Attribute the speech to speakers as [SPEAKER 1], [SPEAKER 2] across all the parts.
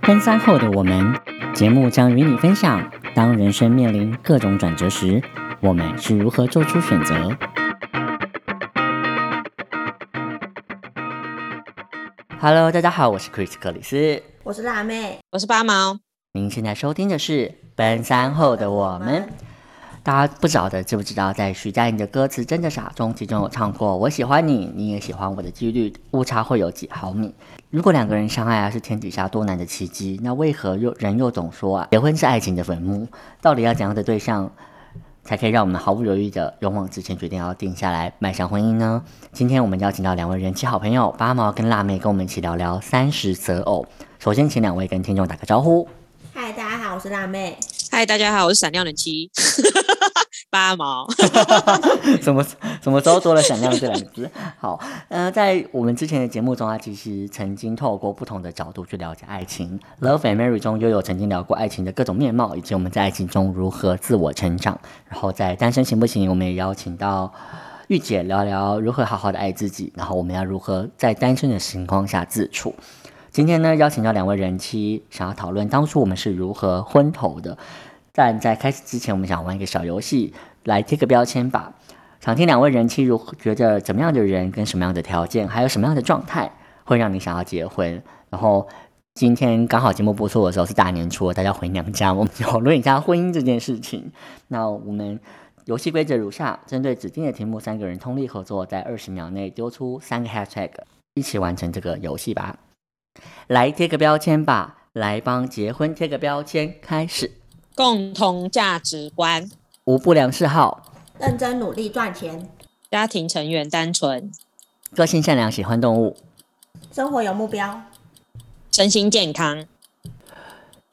[SPEAKER 1] 跟三后的我们，节目将与你分享，当人生面临各种转折时，我们是如何做出选择。Hello，大家好，我是 Chris 克里斯，
[SPEAKER 2] 我是辣妹，
[SPEAKER 3] 我是八毛。
[SPEAKER 1] 您现在收听的是《奔三后的我们》。大家不晓得知不知道，在徐佳莹的歌词《真的傻》中，其中有唱过“我喜欢你，你也喜欢我的几率误差会有几毫米”。如果两个人相爱啊，是天底下多难的奇迹，那为何又人又总说啊，结婚是爱情的坟墓？到底要怎样的对象，才可以让我们毫不犹豫的勇往直前，决定要定下来迈向婚姻呢？今天我们邀请到两位人气好朋友八毛跟辣妹，跟我们一起聊聊三十择偶。首先，请两位跟听众打个招呼。
[SPEAKER 2] 嗨，大家好，我是辣妹。
[SPEAKER 3] 嗨，大家好，我是闪亮人妻 八毛。
[SPEAKER 1] 什么什么时候多了“闪亮”这两个字？ 好，呃，在我们之前的节目中啊，其实曾经透过不同的角度去了解爱情，《Love and Mary》中又有曾经聊过爱情的各种面貌，以及我们在爱情中如何自我成长。然后在《单身行不行》，我们也邀请到玉姐聊聊如何好好的爱自己，然后我们要如何在单身的情况下自处。今天呢，邀请到两位人妻，想要讨论当初我们是如何昏头的。但在开始之前，我们想玩一个小游戏，来贴个标签吧。想听两位人妻如何觉得怎么样的人跟什么样的条件，还有什么样的状态会让你想要结婚？然后今天刚好节目播出的时候是大年初，大家回娘家，我们讨论一下婚姻这件事情。那我们游戏规则如下：针对指定的题目，三个人通力合作，在二十秒内丢出三个 hashtag，一起完成这个游戏吧。来贴个标签吧，来帮结婚贴个标签，开始。
[SPEAKER 3] 共同价值观，
[SPEAKER 1] 无不良嗜好，
[SPEAKER 2] 认真努力赚钱，
[SPEAKER 3] 家庭成员单纯，
[SPEAKER 1] 个性善良，喜欢动物，
[SPEAKER 2] 生活有目标，
[SPEAKER 3] 身心健康。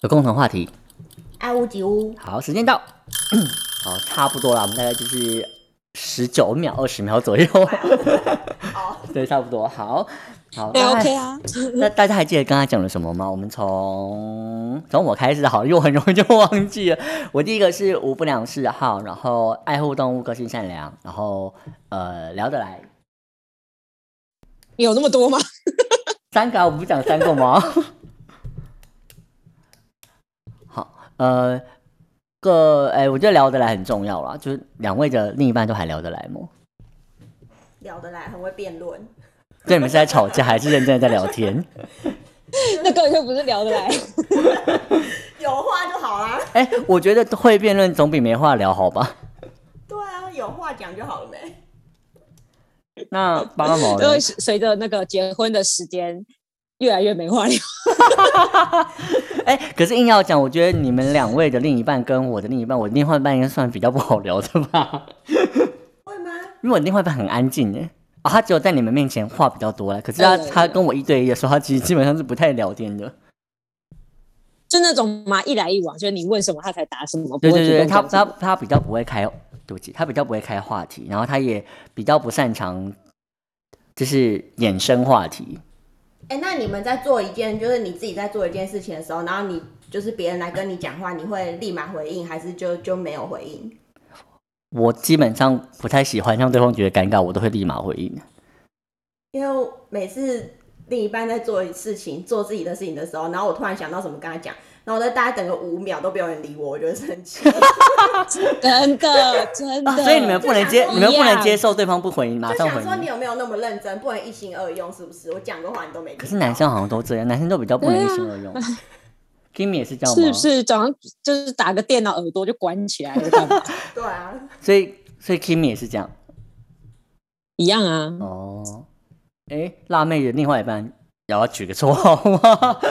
[SPEAKER 1] 有共同话题。
[SPEAKER 2] 爱屋及乌，
[SPEAKER 1] 好，时间到。 好，差不多了，我们大概就是十九秒、二十秒左右。
[SPEAKER 2] 哦，
[SPEAKER 1] 对，差不多。好，好，
[SPEAKER 3] 对
[SPEAKER 1] 大家
[SPEAKER 3] ，OK 啊。
[SPEAKER 1] 那大家还记得刚才讲了什么吗？我们从从我开始好了，因为我很容易就忘记了。我第一个是无不良嗜好，然后爱护动物，个性善良，然后呃聊得来。
[SPEAKER 3] 有那么多吗？
[SPEAKER 1] 三个、啊，我不是讲三个吗？好，呃，个哎、我觉得聊得来很重要啦，就是两位的另一半都还聊得来吗？
[SPEAKER 2] 聊得来，很会辩论，
[SPEAKER 1] 对，你们是在吵架还是认真的在聊天？
[SPEAKER 3] 那根本就不是聊得来。
[SPEAKER 2] 有话就好啊啦。
[SPEAKER 1] 哎、我觉得会辩论总比没话聊好吧？
[SPEAKER 2] 对啊，有话讲就好了没？
[SPEAKER 1] 那八八毛呢
[SPEAKER 3] 因为随着那个结婚的时间越来越没话聊。
[SPEAKER 1] 哎、可是硬要讲，我觉得你们两位的另一半跟我的另一半，我另外一半应该算比较不好聊的吧？
[SPEAKER 2] 会吗？
[SPEAKER 1] 因为我另外一半很安静哎，啊、他只有在你们面前话比较多了，可是他
[SPEAKER 3] 对
[SPEAKER 1] 他跟我一对一的时候，他其实基本上是不太聊天的。
[SPEAKER 3] 就那种嘛，一来一往，就是你问什么他才答什么，不
[SPEAKER 1] 对
[SPEAKER 3] 会
[SPEAKER 1] 对
[SPEAKER 3] 主
[SPEAKER 1] 对，
[SPEAKER 3] 动
[SPEAKER 1] 他
[SPEAKER 3] 讲什
[SPEAKER 1] 他
[SPEAKER 3] 么
[SPEAKER 1] 他比较不会开，对不起，他比较不会开话题，然后他也比较不擅长就是衍生话题。
[SPEAKER 2] 哎、那你们在做一件，就是你自己在做一件事情的时候，然后你就是别人来跟你讲话，你会立马回应，还是就就没有回应？
[SPEAKER 1] 我基本上不太喜欢让对方觉得尴尬，我都会立马回应。
[SPEAKER 2] 因为每次另一半在做事情、做自己的事情的时候，然后我突然想到什么跟他讲，然后我再大概等个五秒都没有人理我，我就会生气。
[SPEAKER 3] 真的真的、
[SPEAKER 1] 啊、所以你们不能接，
[SPEAKER 2] 就
[SPEAKER 1] 你
[SPEAKER 2] 想说
[SPEAKER 1] 们不
[SPEAKER 3] 一
[SPEAKER 1] 能
[SPEAKER 3] 样
[SPEAKER 1] 接受对方不回应，马
[SPEAKER 2] 就
[SPEAKER 1] 上
[SPEAKER 2] 想
[SPEAKER 1] 回
[SPEAKER 2] 说你
[SPEAKER 1] 应。
[SPEAKER 2] 有没有那么认真，不能一心二用，是不是？我讲的话你都没听到。
[SPEAKER 1] 可是男生好像都这样，男生都比较不能一心二用。Kimi 也是这样吗？
[SPEAKER 3] 是不是早上就是打个电脑耳朵就关起来了干嘛？
[SPEAKER 2] 对啊，
[SPEAKER 1] 所以所以 Kimi 也是这样。
[SPEAKER 3] 一样啊，
[SPEAKER 1] 哦，哎，辣妹的另外一半也要取个绰号吗？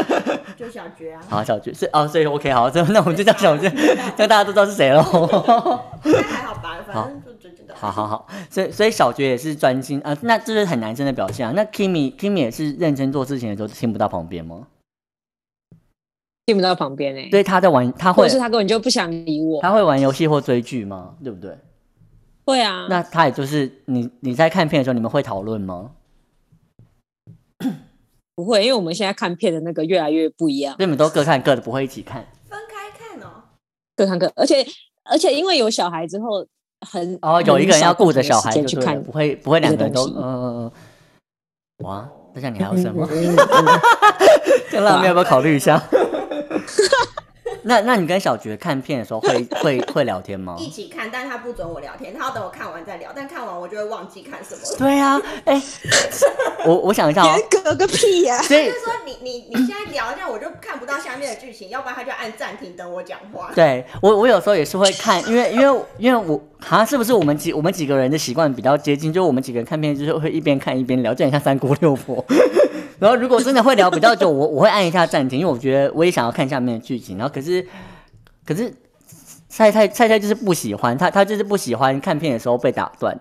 [SPEAKER 2] 就小绝啊，
[SPEAKER 1] 好，小娟是哦，所以 OK 好， 这那我们就叫小娟， 这样大家都知道是谁喽。好
[SPEAKER 2] 应该还好吧，反正就就觉得
[SPEAKER 1] 好好，所以所以小娟也是专心啊、那这是很男生的表现啊。那 Kimi Kimi 也是认真做事情的时候听不到旁边吗？
[SPEAKER 3] 听不到旁边哎、
[SPEAKER 1] 对，他在玩，他
[SPEAKER 3] 或
[SPEAKER 1] 会
[SPEAKER 3] 者是他根本就不想理我。
[SPEAKER 1] 他会玩游戏或追剧吗？对不对？
[SPEAKER 3] 会啊，
[SPEAKER 1] 那他也就是你你在看片的时候，你们会讨论吗？
[SPEAKER 3] 不会，因为我们现在看片的那个越来越不一样，
[SPEAKER 1] 所以你们都各看各的，不会一起看。
[SPEAKER 2] 分开看哦。
[SPEAKER 3] 各看各，而且而且因为有小孩之后很
[SPEAKER 1] 哦，有一个人要顾着小孩
[SPEAKER 3] 很少
[SPEAKER 1] 就对
[SPEAKER 3] 共同的时间去
[SPEAKER 1] 了，
[SPEAKER 3] 看
[SPEAKER 1] 不会不会两个人都
[SPEAKER 3] 这
[SPEAKER 1] 嗯
[SPEAKER 3] 个
[SPEAKER 1] 嗯嗯。 嗯哇，那像你还要生吗？
[SPEAKER 3] 嗯嗯嗯
[SPEAKER 1] 这样辣妹要不要考虑一下？啊 那那你跟小觉看片的时候会会会聊天吗？
[SPEAKER 2] 一起看，但他不准我聊天，他要等我看完再聊，但看完我就会忘记看什么了。
[SPEAKER 1] 对啊，哎、我我想一下哦，
[SPEAKER 3] 严格个屁呀、
[SPEAKER 1] 所以
[SPEAKER 2] 就是说你你你现在聊，这样我就看不到下面的剧情，要不然他就按暂停等我讲话。
[SPEAKER 1] 对我，我有时候也是会看，因为因为因为我好像是不是我们几我们几个人的习惯比较接近，就是我们几个人看片就是会一边看一边聊，就很像三姑六婆。 然后如果真的会聊比较久，我我会按一下暂停，因为我觉得我也想要看下面的剧情。然后可是可是菜菜菜菜就是不喜欢他，他就是不喜欢看片的时候被打断。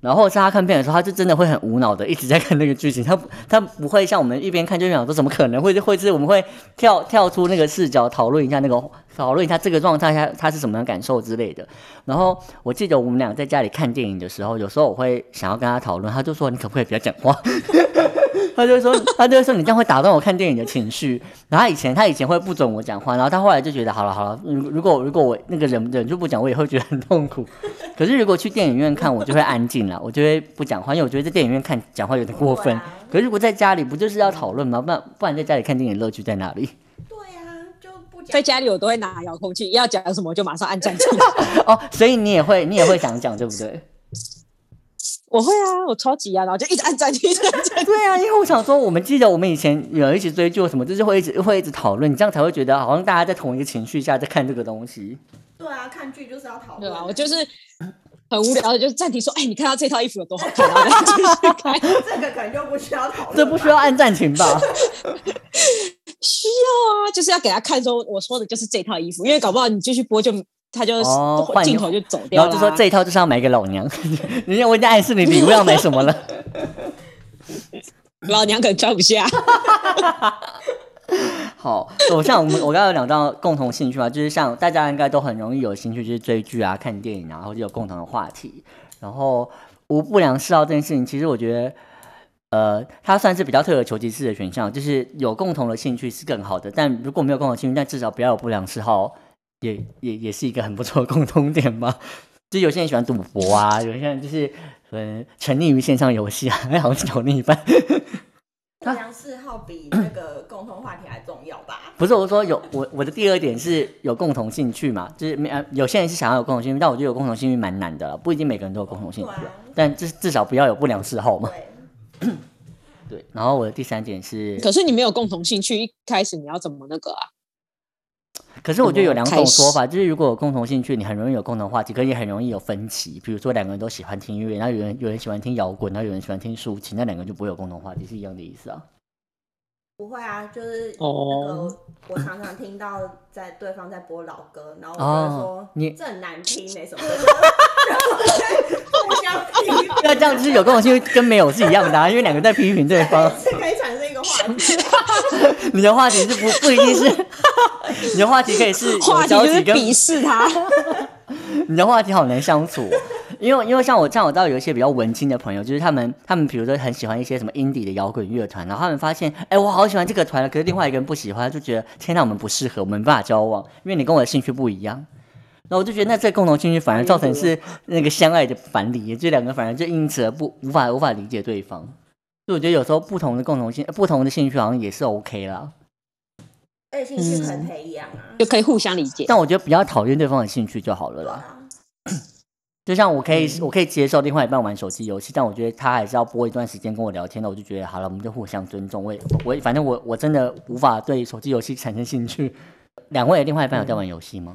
[SPEAKER 1] 然后是他看片的时候，他就真的会很无脑的一直在看那个剧情，他不他不会像我们一边看就一边想说怎么可能会会是我们会跳跳出那个视角讨论一下那个讨论一下这个状态下他是什么样的感受之类的。然后我记得我们俩在家里看电影的时候，有时候我会想要跟他讨论，他就说你可不可以不要讲话？ 他就会说他就会说你这样会打断我看电影的情绪。然后他以前他以前会不准我讲话，然后他后来就觉得好了好了，如如果如果我那个忍忍住不讲，我也会觉得很痛苦。可是如果去电影院看，我就会安静了，我就会不讲话，因为我觉得在电影院看讲话有点过
[SPEAKER 2] 对
[SPEAKER 1] 分
[SPEAKER 2] 啊。
[SPEAKER 1] 可是如果在家里，不就是要讨论吗？不然不然在家里看电影乐趣在哪里？
[SPEAKER 2] 对啊，就不
[SPEAKER 3] 在
[SPEAKER 2] 讲。
[SPEAKER 3] 家里我都会拿遥控器，要讲什么就马上按暂停。
[SPEAKER 1] 哦，所以你也会你也会想讲对不对？
[SPEAKER 3] 我会啊，我超级啊，然后就一直按暂停，一直按暂停。
[SPEAKER 1] 对啊，因为我想说，我们记得我们以前有一起追剧什么，就是会一直会一直讨论，你这样才会觉得好像大家在同一个情绪下在看这个东西。
[SPEAKER 2] 对啊，看剧就是要讨
[SPEAKER 3] 对
[SPEAKER 2] 论啊。
[SPEAKER 3] 啊，我就是很无聊的，就是暂停说，哎，你看到这套衣服有多好看，然后再继续看。
[SPEAKER 2] 这 个可能就不需要讨论吧。
[SPEAKER 1] 这不需要按暂停吧？
[SPEAKER 3] 需要啊，就是要给他看说，我说的就是这套衣服，因为搞不好你继续播就他就
[SPEAKER 1] 哦换一
[SPEAKER 3] 镜头就走
[SPEAKER 1] 然
[SPEAKER 3] 掉
[SPEAKER 1] 后
[SPEAKER 3] 了。
[SPEAKER 1] 就说这一套就是要买给老娘， 人家我已经暗示你礼物要买什么了。
[SPEAKER 3] 老娘可能穿不 下，
[SPEAKER 1] 好， 我像我们我刚刚有讲到共同兴趣嘛，就是像大家应该都很容易有兴趣，就是追剧啊、看电影啊，或者有共同的话题。然后无不良嗜好这件事情，其实我觉得，呃，它算是比较退而求其次的选项，就是有共同的兴趣是更好的。但如果没有共同兴趣，但至少不要有不良嗜好，也也也是一个很不错的共通点吧。就有些人喜欢赌博啊，有些人就是嗯沉溺于线上游戏啊， 好像是有另一半。
[SPEAKER 2] 互相嗜好比那个共同话题还重要吧？
[SPEAKER 1] 不是我说有我我的第二点是有共同兴趣嘛，就是没呃有些人是想要有共同兴趣，但我觉得有共同兴趣蛮难的啦，不一定每个人都有共同兴趣啦
[SPEAKER 2] 对啊，
[SPEAKER 1] 但至至少不要有不良嗜好嘛。
[SPEAKER 2] 对，
[SPEAKER 1] 对，然后我的第三点是，
[SPEAKER 3] 可是你没有共同兴趣，一开始你要怎么那个啊？
[SPEAKER 1] 可是我觉得有两
[SPEAKER 3] 怎
[SPEAKER 1] 种
[SPEAKER 3] 么开始
[SPEAKER 1] 说法，就是如果有共同兴趣，你很容易有共同话题，可也很容易有分歧。比如说两个人都喜欢听音乐，然后有人有人喜欢听摇滚，然后有人喜欢听抒情，那两个人就不会有共同话题，是一样的意思啊。
[SPEAKER 2] 不会啊，就是那
[SPEAKER 3] 哦
[SPEAKER 2] 个我常常听到在对方在播老歌，然后我就会
[SPEAKER 1] 哦
[SPEAKER 2] 说
[SPEAKER 1] 你
[SPEAKER 2] 这很难听那、什么的， 然后就互相批评，
[SPEAKER 1] 那这样就是有共同兴趣跟没有是一样的啊，因为两个在批评对方。
[SPEAKER 2] 这可以产生一个话题。
[SPEAKER 1] 你的话题是不不一定是， 你的话题可以是有
[SPEAKER 3] 话题
[SPEAKER 1] 交
[SPEAKER 3] 就是
[SPEAKER 1] 集跟
[SPEAKER 3] 鄙视他，
[SPEAKER 1] 你的话题好难相处，哦因为因为像我像我知道有一些比较文青的朋友，就是他们他们比如说很喜欢一些什么 indie 的摇滚乐团，然后他们发现，哎、我好喜欢这个团了，可是另外一个人不喜欢，就觉得天哪，我们不适合，我们没办法交往，因为你跟我的兴趣不一样。然后我就觉得，那这共同兴趣反而造成是那个相爱的反理，这两个反而就因此而不无法无法理解对方。所以我觉得有时候不同的共同兴不同的兴趣好像也是 OK 啦。
[SPEAKER 2] 而且兴趣可
[SPEAKER 3] 嗯
[SPEAKER 2] 以培养啊，
[SPEAKER 3] 就可以互相理解。
[SPEAKER 1] 但我觉得不要讨厌对方的兴趣就好了
[SPEAKER 2] 对
[SPEAKER 1] 啦。
[SPEAKER 2] 啊，
[SPEAKER 1] 就像我可以，我可以接受另外一半玩手机游戏，但我觉得他还是要播一段时间跟我聊天的，我就觉得好了，我们就互相尊重。我也我反正我我真的无法对手机游戏产生兴趣。两位的另外一半有在玩游戏吗？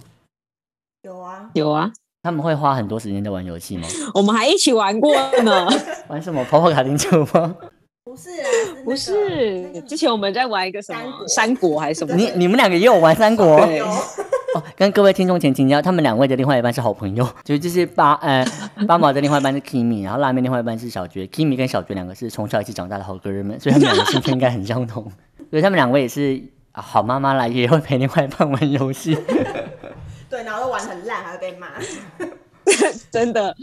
[SPEAKER 2] 有啊，
[SPEAKER 3] 有啊，
[SPEAKER 1] 他们会花很多时间在玩游戏吗？
[SPEAKER 3] 我们还一起玩过 呢。
[SPEAKER 1] 玩什么跑跑卡丁车吗？
[SPEAKER 2] 不是啊，是那个
[SPEAKER 3] 不是
[SPEAKER 2] 那，个
[SPEAKER 3] 之前我们在玩一个什
[SPEAKER 2] 三国
[SPEAKER 3] 么三国还是什么
[SPEAKER 1] 你你们两个也有玩三国？
[SPEAKER 3] 对
[SPEAKER 2] 有
[SPEAKER 1] 哦，跟各位听众前请教，他们两位的另外一半是好朋友， 就就是八呃八毛的另外一半是 Kimi，然后辣妹另外一半是小绝，Kimi 跟小绝两个是从小一起长大的好哥们， 所以他们两个兴趣应该很相同，所以他们两位也是啊好妈妈啦，也会陪另外一半玩游戏。
[SPEAKER 2] 对，然后都玩很烂，还会被骂。
[SPEAKER 3] 真的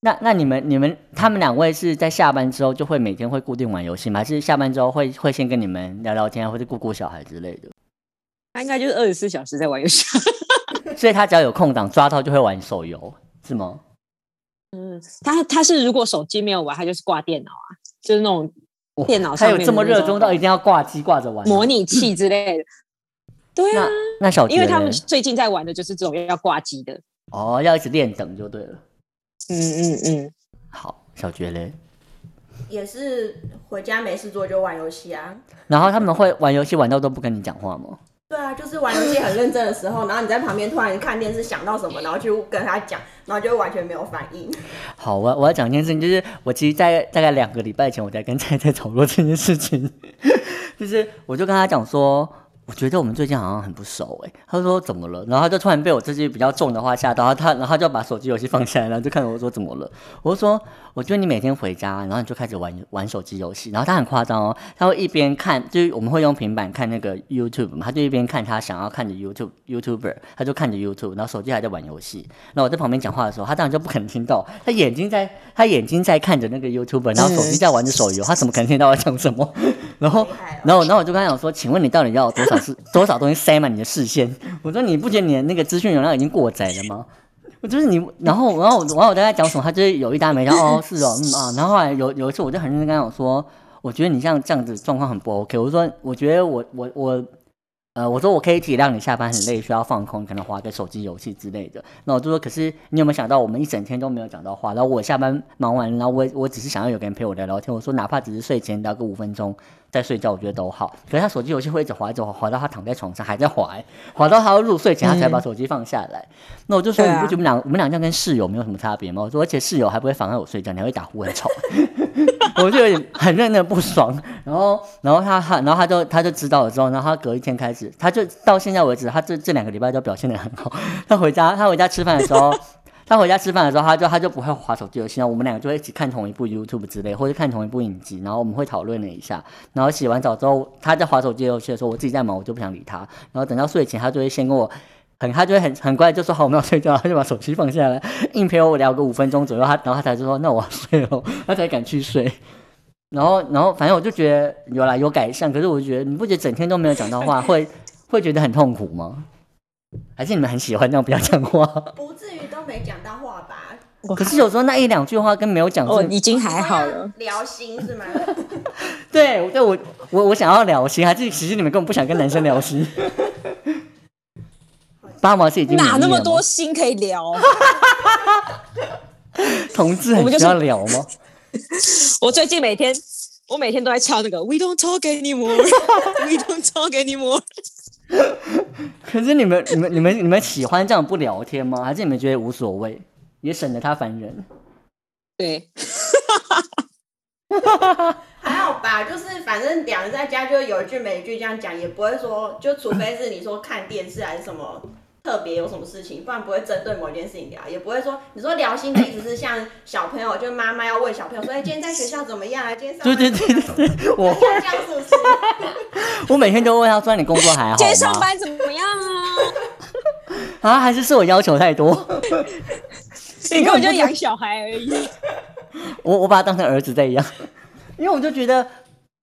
[SPEAKER 1] 那那你们你们他们两位是在下班之后就会每天会固定玩游戏吗？还是下班之后会会先跟你们聊聊天啊，或者顾顾小孩之类的？
[SPEAKER 3] 他应该就是二十四小时在玩游戏。
[SPEAKER 1] 所以他只要有空档抓到就会玩手游，是吗？
[SPEAKER 3] 嗯，他他是如果手机没有玩，他就是挂电脑啊，就是那种
[SPEAKER 1] 哇
[SPEAKER 3] 电脑
[SPEAKER 1] 他
[SPEAKER 3] 上
[SPEAKER 1] 有
[SPEAKER 3] 面
[SPEAKER 1] 这么
[SPEAKER 3] 的
[SPEAKER 1] 热
[SPEAKER 3] 那种哎
[SPEAKER 1] 衷到一定要挂机挂着玩吗？
[SPEAKER 3] 模拟器之类的。对
[SPEAKER 1] 那
[SPEAKER 3] 啊，
[SPEAKER 1] 那小
[SPEAKER 3] 因为
[SPEAKER 1] 杰
[SPEAKER 3] 他们
[SPEAKER 1] 嘞
[SPEAKER 3] 最近在玩的就是这种要挂机的。
[SPEAKER 1] 哦要一直练等就对了。
[SPEAKER 3] 嗯嗯嗯，
[SPEAKER 1] 好，小杰嘞，
[SPEAKER 2] 也是回家没事做就玩游戏啊。
[SPEAKER 1] 然后他们会玩游戏玩到都不跟你讲话吗？
[SPEAKER 2] 对啊，就是玩游戏很认真的时候，然后你在旁边突然看电视想到什么，然后去跟他讲，然后就完全没有反应。
[SPEAKER 1] 好，我我要讲一件事情，就是我其实在大概两个礼拜前，我在跟菜 菜讨论这件事情，就是我就跟他讲说，我觉得我们最近好像很不熟哎、他就说怎么了？然后他就突然被我这句比较重的话吓到，然后他然后他就把手机游戏放下来，然后就看着我说怎么了？我就说我觉得你每天回家，然后你就开始玩玩手机游戏，然后他很夸张哦，他会一边看，就是我们会用平板看那个 YouTube 嘛，他就一边看他想要看的 YouTube YouTuber，他就看着 YouTube，然后手机还在玩游戏，那我在旁边讲话的时候，他当然就不可能听到，他眼睛在他眼睛在看着那个 YouTuber，然后手机在玩着手游，他怎么可能听到我讲什么？ 然
[SPEAKER 3] 哦
[SPEAKER 1] 后
[SPEAKER 2] 厉害了哦
[SPEAKER 1] 然后然后我就跟他讲说，请问你到底要多少是多少东西塞满你的视线？我说你不觉得你的那个资讯容量已经过载了吗？我就是你，然后然后我然后我在讲什么，他就是有一搭没一搭，哦是哦嗯啊，然后后来有有一次我就很认真跟他讲说，我觉得你像这样子状况很不 OK，我说我觉得我我我呃，我说我可以体谅你下班很累，需要放空，可能划个手机游戏之类的。那我就说，可是你有没有想到，我们一整天都没有讲到话，然后我下班忙完，然后我我只是想要有个人陪我聊聊天。我说，哪怕只是睡前聊个五分钟，再睡觉，我觉得都好。可是他手机游戏会一直滑，一直滑，滑到他躺在床上还在滑、欸，滑到他要入睡前，他才把手机放下来。那我就说，
[SPEAKER 3] 对
[SPEAKER 1] 你
[SPEAKER 3] 啊
[SPEAKER 1] 不觉得我们俩我们俩这样跟室友没有什么差别吗？我说，而且室友还不会妨碍我睡觉，你还会打呼很吵。 我就有点很认真地不爽，然后，然后他他，然后他就他就知道了之后，然后他隔一天开始，他就到现在为止，他这这两个礼拜都表现得很好。他回家他回家吃饭的时候，他回家吃饭的时候，他就他就不会划手机游戏，然后我们两个就会一起看同一部 YouTube 之类，或者看同一部影集，然后我们会讨论了一下。然后洗完澡之后，他在划手机游戏的时候，我自己在忙，我就不想理他。然后等到睡前，他就会先跟我。很，他就会很很乖，就说好，我们要睡觉， 他就把手机放下来，硬陪我聊个五分钟左右，他然后他才就说那我要睡了， 他才敢去睡。然后，然后，反正我就觉得有啦，有改善。可是我就觉得，你不觉得整天都没有讲到话， 会会觉得很痛苦吗？还是你们很喜欢那种不要讲 话？
[SPEAKER 2] 不至于都没讲到话吧？
[SPEAKER 1] 可是有时候那一两句话跟没有讲是，
[SPEAKER 3] 哦，已经还好了。，
[SPEAKER 2] 聊心是吗？
[SPEAKER 1] 对对，我我我想要聊心，还是其实你们根本不想跟男生聊 心？八毛是已经
[SPEAKER 3] 哪
[SPEAKER 1] 免疫
[SPEAKER 3] 那么
[SPEAKER 1] 了吗
[SPEAKER 3] 多心可以聊？
[SPEAKER 1] 同志
[SPEAKER 3] 我
[SPEAKER 1] 很
[SPEAKER 3] 们
[SPEAKER 1] 需
[SPEAKER 3] 就是
[SPEAKER 1] 要聊吗？
[SPEAKER 3] 我最近每天，我每天都在敲那个 “We don't talk anymore”，“We don't talk anymore”。
[SPEAKER 1] 可是你们你们你们你们喜欢这样不聊天吗？还是你们觉得无所谓，也省得他烦人？
[SPEAKER 3] 对，
[SPEAKER 2] 还好吧，就是反正两人在家就有一句没一句这样讲，也不会说，就除非是你说看电视还是什么。特别有什么事情，不然不会针对某件事情聊，也不会说你说聊心的意思是像小朋友，就妈妈要问小朋友说，哎、今天在学校怎么样啊？今天上
[SPEAKER 1] 对
[SPEAKER 2] 班
[SPEAKER 1] 对对对对，我
[SPEAKER 2] 这样是不是？
[SPEAKER 1] 我每天都问他说你工作还好吗？
[SPEAKER 3] 今天上班怎么样啊？
[SPEAKER 1] 啊，还是是我要求太多，
[SPEAKER 3] 你根本就养小孩而已。
[SPEAKER 1] 我我把他当成儿子在养，因为我就觉得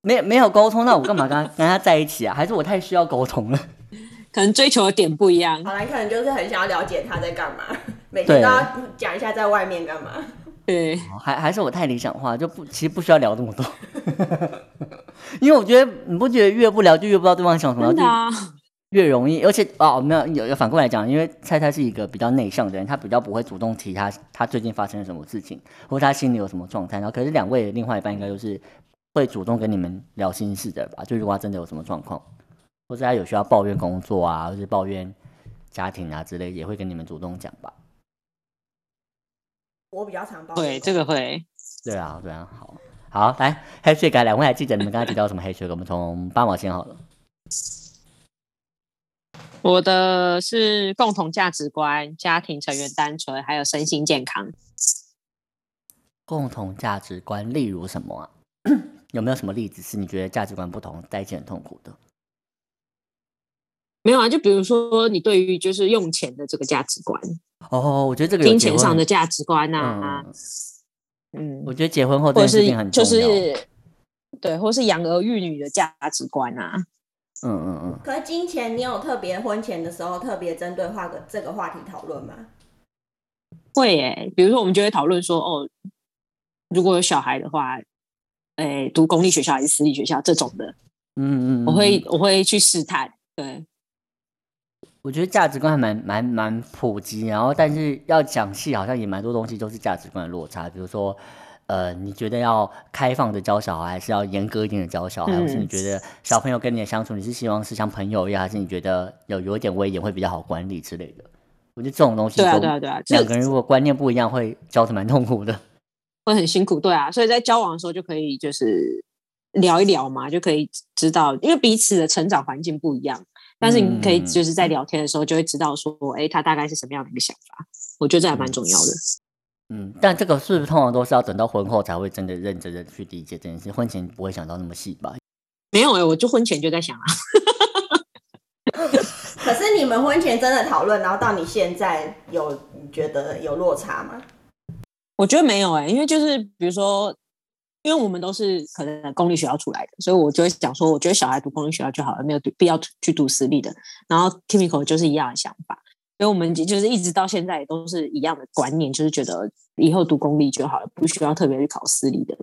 [SPEAKER 1] 没没有沟通，那我干嘛跟他跟他在一起啊？还是我太需要沟通了？
[SPEAKER 3] 可能追求的点不一样，
[SPEAKER 2] 好啦，你可能就是很想要了解他在干嘛，每天都要讲一下在外面干嘛。
[SPEAKER 3] 对，
[SPEAKER 1] 还还是我太理想化，就不其实不需要聊这么多， 因为我觉得你不觉得越不聊就越不知道对方想什么，
[SPEAKER 3] 真的
[SPEAKER 1] 就
[SPEAKER 3] 啊，
[SPEAKER 1] 越容易，而且哦，没有有有反过来讲，因为菜菜是一个比较内向的人，他比较不会主动提他他最近发生了什么事情，或者他心里有什么状态。然后，可是两位的另外一半应该都是会主动跟你们聊心事的吧？就如果他真的有什么状况，或者他有需要抱怨工作啊，或是抱怨家庭啊之类，也会跟你们主动讲吧？
[SPEAKER 2] 我比较常抱
[SPEAKER 3] 对，
[SPEAKER 2] 怨，
[SPEAKER 3] 这个 会。
[SPEAKER 1] 对啊，对啊，好。好，来黑水改，两位还记得你们刚才提到什么黑水改？我们从八毛先好了。
[SPEAKER 3] 我的是共同价值观、家庭成员单纯，还有身心健康。
[SPEAKER 1] 共同价值观，例如什么啊？ 有没有什么例子是你觉得价值观不同在一起很痛苦的？
[SPEAKER 3] 没有啊，就比如说你对于就是用钱的这个价值观，
[SPEAKER 1] 哦，我觉得这个有
[SPEAKER 3] 金
[SPEAKER 1] 结
[SPEAKER 3] 钱
[SPEAKER 1] 婚
[SPEAKER 3] 上的价值观啊，
[SPEAKER 1] 嗯，
[SPEAKER 3] 嗯，
[SPEAKER 1] 我觉得结婚后这
[SPEAKER 3] 或者
[SPEAKER 1] 件事情
[SPEAKER 3] 是
[SPEAKER 1] 很重
[SPEAKER 3] 就
[SPEAKER 1] 要。
[SPEAKER 3] 是对，或是养儿育女的价值观啊，
[SPEAKER 1] 嗯嗯嗯，
[SPEAKER 2] 可是金钱，你有特别婚前的时候特别针对话个这个话题讨论吗？
[SPEAKER 3] 会耶、比如说我们就会讨论说，哦，如果有小孩的话，诶、读公立学校还是私立学校这种的，
[SPEAKER 1] 嗯嗯嗯，
[SPEAKER 3] 我会
[SPEAKER 1] 嗯
[SPEAKER 3] 我会去试探，对，
[SPEAKER 1] 我觉得价值观还蛮蛮蛮普及，然后但是要讲细，好像也蛮多东西都是价值观的落差。比如说，呃，你觉得要开放的教小孩，还是要严格一点的教小孩？
[SPEAKER 3] 嗯
[SPEAKER 1] 还是你觉得小朋友跟你的相处，你是希望是像朋友一样，还是你觉得有有一点威严会比较好管理之类的？我觉得这种东西
[SPEAKER 3] 对啊
[SPEAKER 1] 都
[SPEAKER 3] 对啊对啊就
[SPEAKER 1] 两个人如果观念不一样，会教的蛮痛苦的。
[SPEAKER 3] 会很辛苦，对啊，所以在交往的时候就可以就是聊一聊嘛，就可以知道，因为彼此的成长环境不一样，但是你可以
[SPEAKER 1] 嗯
[SPEAKER 3] 就是在聊天的时候就会知道说，哎、他大概是什么样的一个想法，我觉得这还蛮重要的。
[SPEAKER 1] 嗯，但这个是不是通常都是要等到婚后才会真的认真的去理解这件事？婚前不会想到那么细吧？
[SPEAKER 3] 没有哎、我就婚前就在想啊，
[SPEAKER 2] 可是你们婚前真的讨论，然后到你现在有你觉得有落差吗？
[SPEAKER 3] 我觉得没有哎、因为就是比如说，因为我们都是可能公立学校出来的，所以我就会想说，我觉得小孩读公立学校就好了，没有必要去读私立的。然后 Kimiko 就是一样的想法，所以我们就是一直到现在也都是一样的观念，就是觉得以后读公立就好了，不需要特别去考私立的。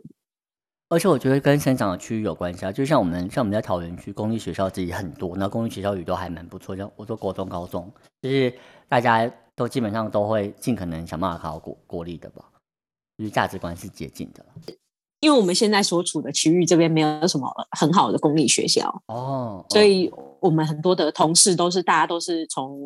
[SPEAKER 1] 而且我觉得跟生长的区域有关系啊，就像我们像我们在桃园区公立学校自己很多，那公立学校也都还蛮不错。像我说国中、高中，就是大家都基本上都会尽可能想办法考国国立的吧，就是价值观是接近的。
[SPEAKER 3] 因为我们现在所处的区域这边没有什么很好的公立学校，
[SPEAKER 1] 哦，
[SPEAKER 3] 所以我们很多的同事都是大家都是从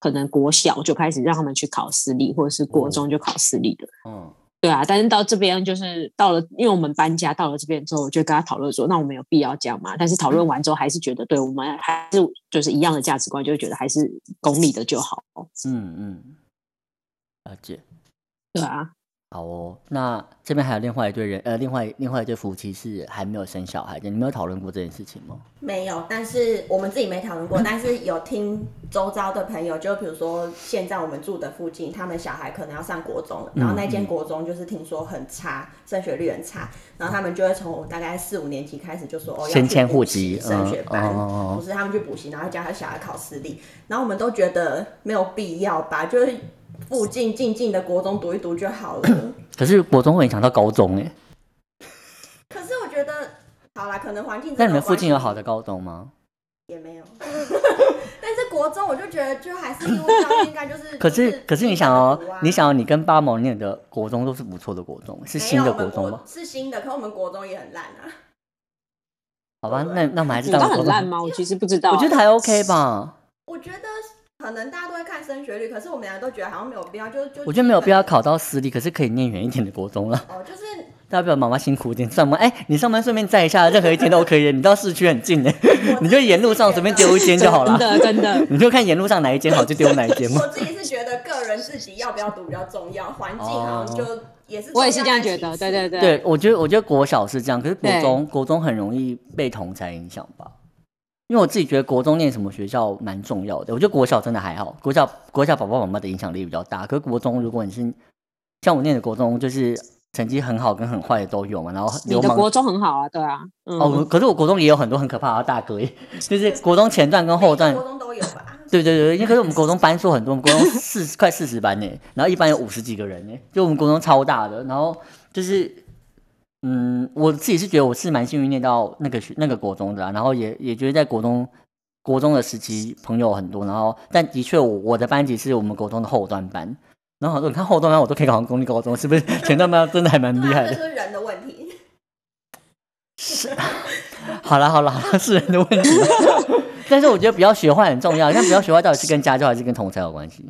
[SPEAKER 3] 可能国小就开始让他们去考私立，或者是国中就考私立的。
[SPEAKER 1] 嗯，
[SPEAKER 3] 对啊，但是到这边就是到了，因为我们搬家到了这边之后，我就跟他讨论说，那我们有必要这样吗？但是讨
[SPEAKER 1] 嗯
[SPEAKER 3] 论完之后，还是觉得对我们还是就是一样的价值观，就觉得还是公立的就好。
[SPEAKER 1] 嗯嗯，了解。
[SPEAKER 3] 对啊，
[SPEAKER 1] 好哦，那这边还有另外一对人，呃，另外另外一对夫妻是还没有生小孩的，你们有讨论过这件事情吗？
[SPEAKER 2] 没有，但是我们自己没 讨论过，但是有听周遭的朋友，就比如说现在我们住的附近，他们小孩可能要上国中了，然后那
[SPEAKER 1] 嗯
[SPEAKER 2] 间国中就是听说很差，升学率很差，然后他们就会从大概四五年级开始就说哦要
[SPEAKER 1] 先迁
[SPEAKER 2] 去
[SPEAKER 1] 户
[SPEAKER 2] 补
[SPEAKER 1] 籍
[SPEAKER 2] 习升学班，
[SPEAKER 1] 嗯哦哦哦
[SPEAKER 2] 不是他们去补习，然后叫他小孩考私立，然后我们都觉得没有必要吧，就是附近近近的国中读一读就 好了。
[SPEAKER 1] 可是国中会影响到高中欸诶，
[SPEAKER 2] 可是我觉得好啦，可能环境真的
[SPEAKER 1] 那你们附
[SPEAKER 2] 关
[SPEAKER 1] 近有
[SPEAKER 2] 系
[SPEAKER 1] 好的高中吗？
[SPEAKER 2] 也没有， 但是国中我就觉得，就还是义务教育应该就 是。
[SPEAKER 1] 可
[SPEAKER 2] 就是
[SPEAKER 1] 可是你想哦
[SPEAKER 2] 就是读啊，
[SPEAKER 1] 你想哦，你跟八毛念的国中都是不错的国中，是
[SPEAKER 2] 没有啊
[SPEAKER 1] 新的
[SPEAKER 2] 我们
[SPEAKER 1] 国中吗？
[SPEAKER 2] 是新的，可我们国中也很烂啊。
[SPEAKER 1] 好吧，那那我们还是
[SPEAKER 3] 你
[SPEAKER 1] 当
[SPEAKER 3] 到
[SPEAKER 1] 国
[SPEAKER 3] 很烂
[SPEAKER 1] 中。
[SPEAKER 3] 吗？我其实不知道、啊
[SPEAKER 1] 我觉得还 OK 吧，
[SPEAKER 2] 我觉得可能大家都会看升学率，可是我们俩都觉得好像没有必要，就就
[SPEAKER 1] 我觉得没有必要。考到私立，可是可以念远一点的国中了。
[SPEAKER 2] 哦， 就是
[SPEAKER 1] 大不了妈妈辛苦一点上班，哎、你上班顺便载一下，任何一间都可以的。你到市区很近的， 你就沿路上随便丢一间就好
[SPEAKER 3] 真
[SPEAKER 1] 了。
[SPEAKER 3] 的真 的，
[SPEAKER 1] 你就看沿路上哪一间好就丢哪一间嘛
[SPEAKER 2] 我。自己是觉得个人自己要不要读比较重要，环境好
[SPEAKER 1] 哦
[SPEAKER 2] 像就也是重要。
[SPEAKER 3] 我也是这样觉得。对对
[SPEAKER 2] 对。
[SPEAKER 3] 对，
[SPEAKER 1] 对，我觉得我觉得国小是这样，可是国中国中很容易被同才影响吧。因为我自己觉得国中念什么学校蛮重要的，我觉得国小真的还好，国小国小爸爸妈妈的影响力比较大。可是国中如果你是像我念的国中，就是成绩很好跟很坏的都有嘛，然后
[SPEAKER 3] 你
[SPEAKER 1] 流
[SPEAKER 3] 的
[SPEAKER 1] 氓
[SPEAKER 3] 国中很好啊，对啊，嗯，
[SPEAKER 1] 哦，可是我国中也有很多很可怕的大哥 耶，就是国中前段跟后段
[SPEAKER 2] 国中都有吧？
[SPEAKER 1] 对对对，因为可是我们国中班数很多，我们国中四快四十班呢，然后一班有五十几个人呢，就我们国中超大的，然后就是，嗯，我自己是觉得我是蛮幸运念到那个学那个国中的、啊，然后也也觉得在国中国中的时期朋友很多，然后但的确我我的班级是我们国中的后段班，然后好多你看后段班我都可以考上公立高中，是不是前段班真的还蛮厉
[SPEAKER 2] 对
[SPEAKER 1] 害
[SPEAKER 2] 啊，
[SPEAKER 1] 的？
[SPEAKER 2] 这就是人的问题。
[SPEAKER 1] 好啦好啦，好啦是人的问题， 但是我觉得不要学坏很重要，但不要学坏到底是跟家教还是跟同才有关系？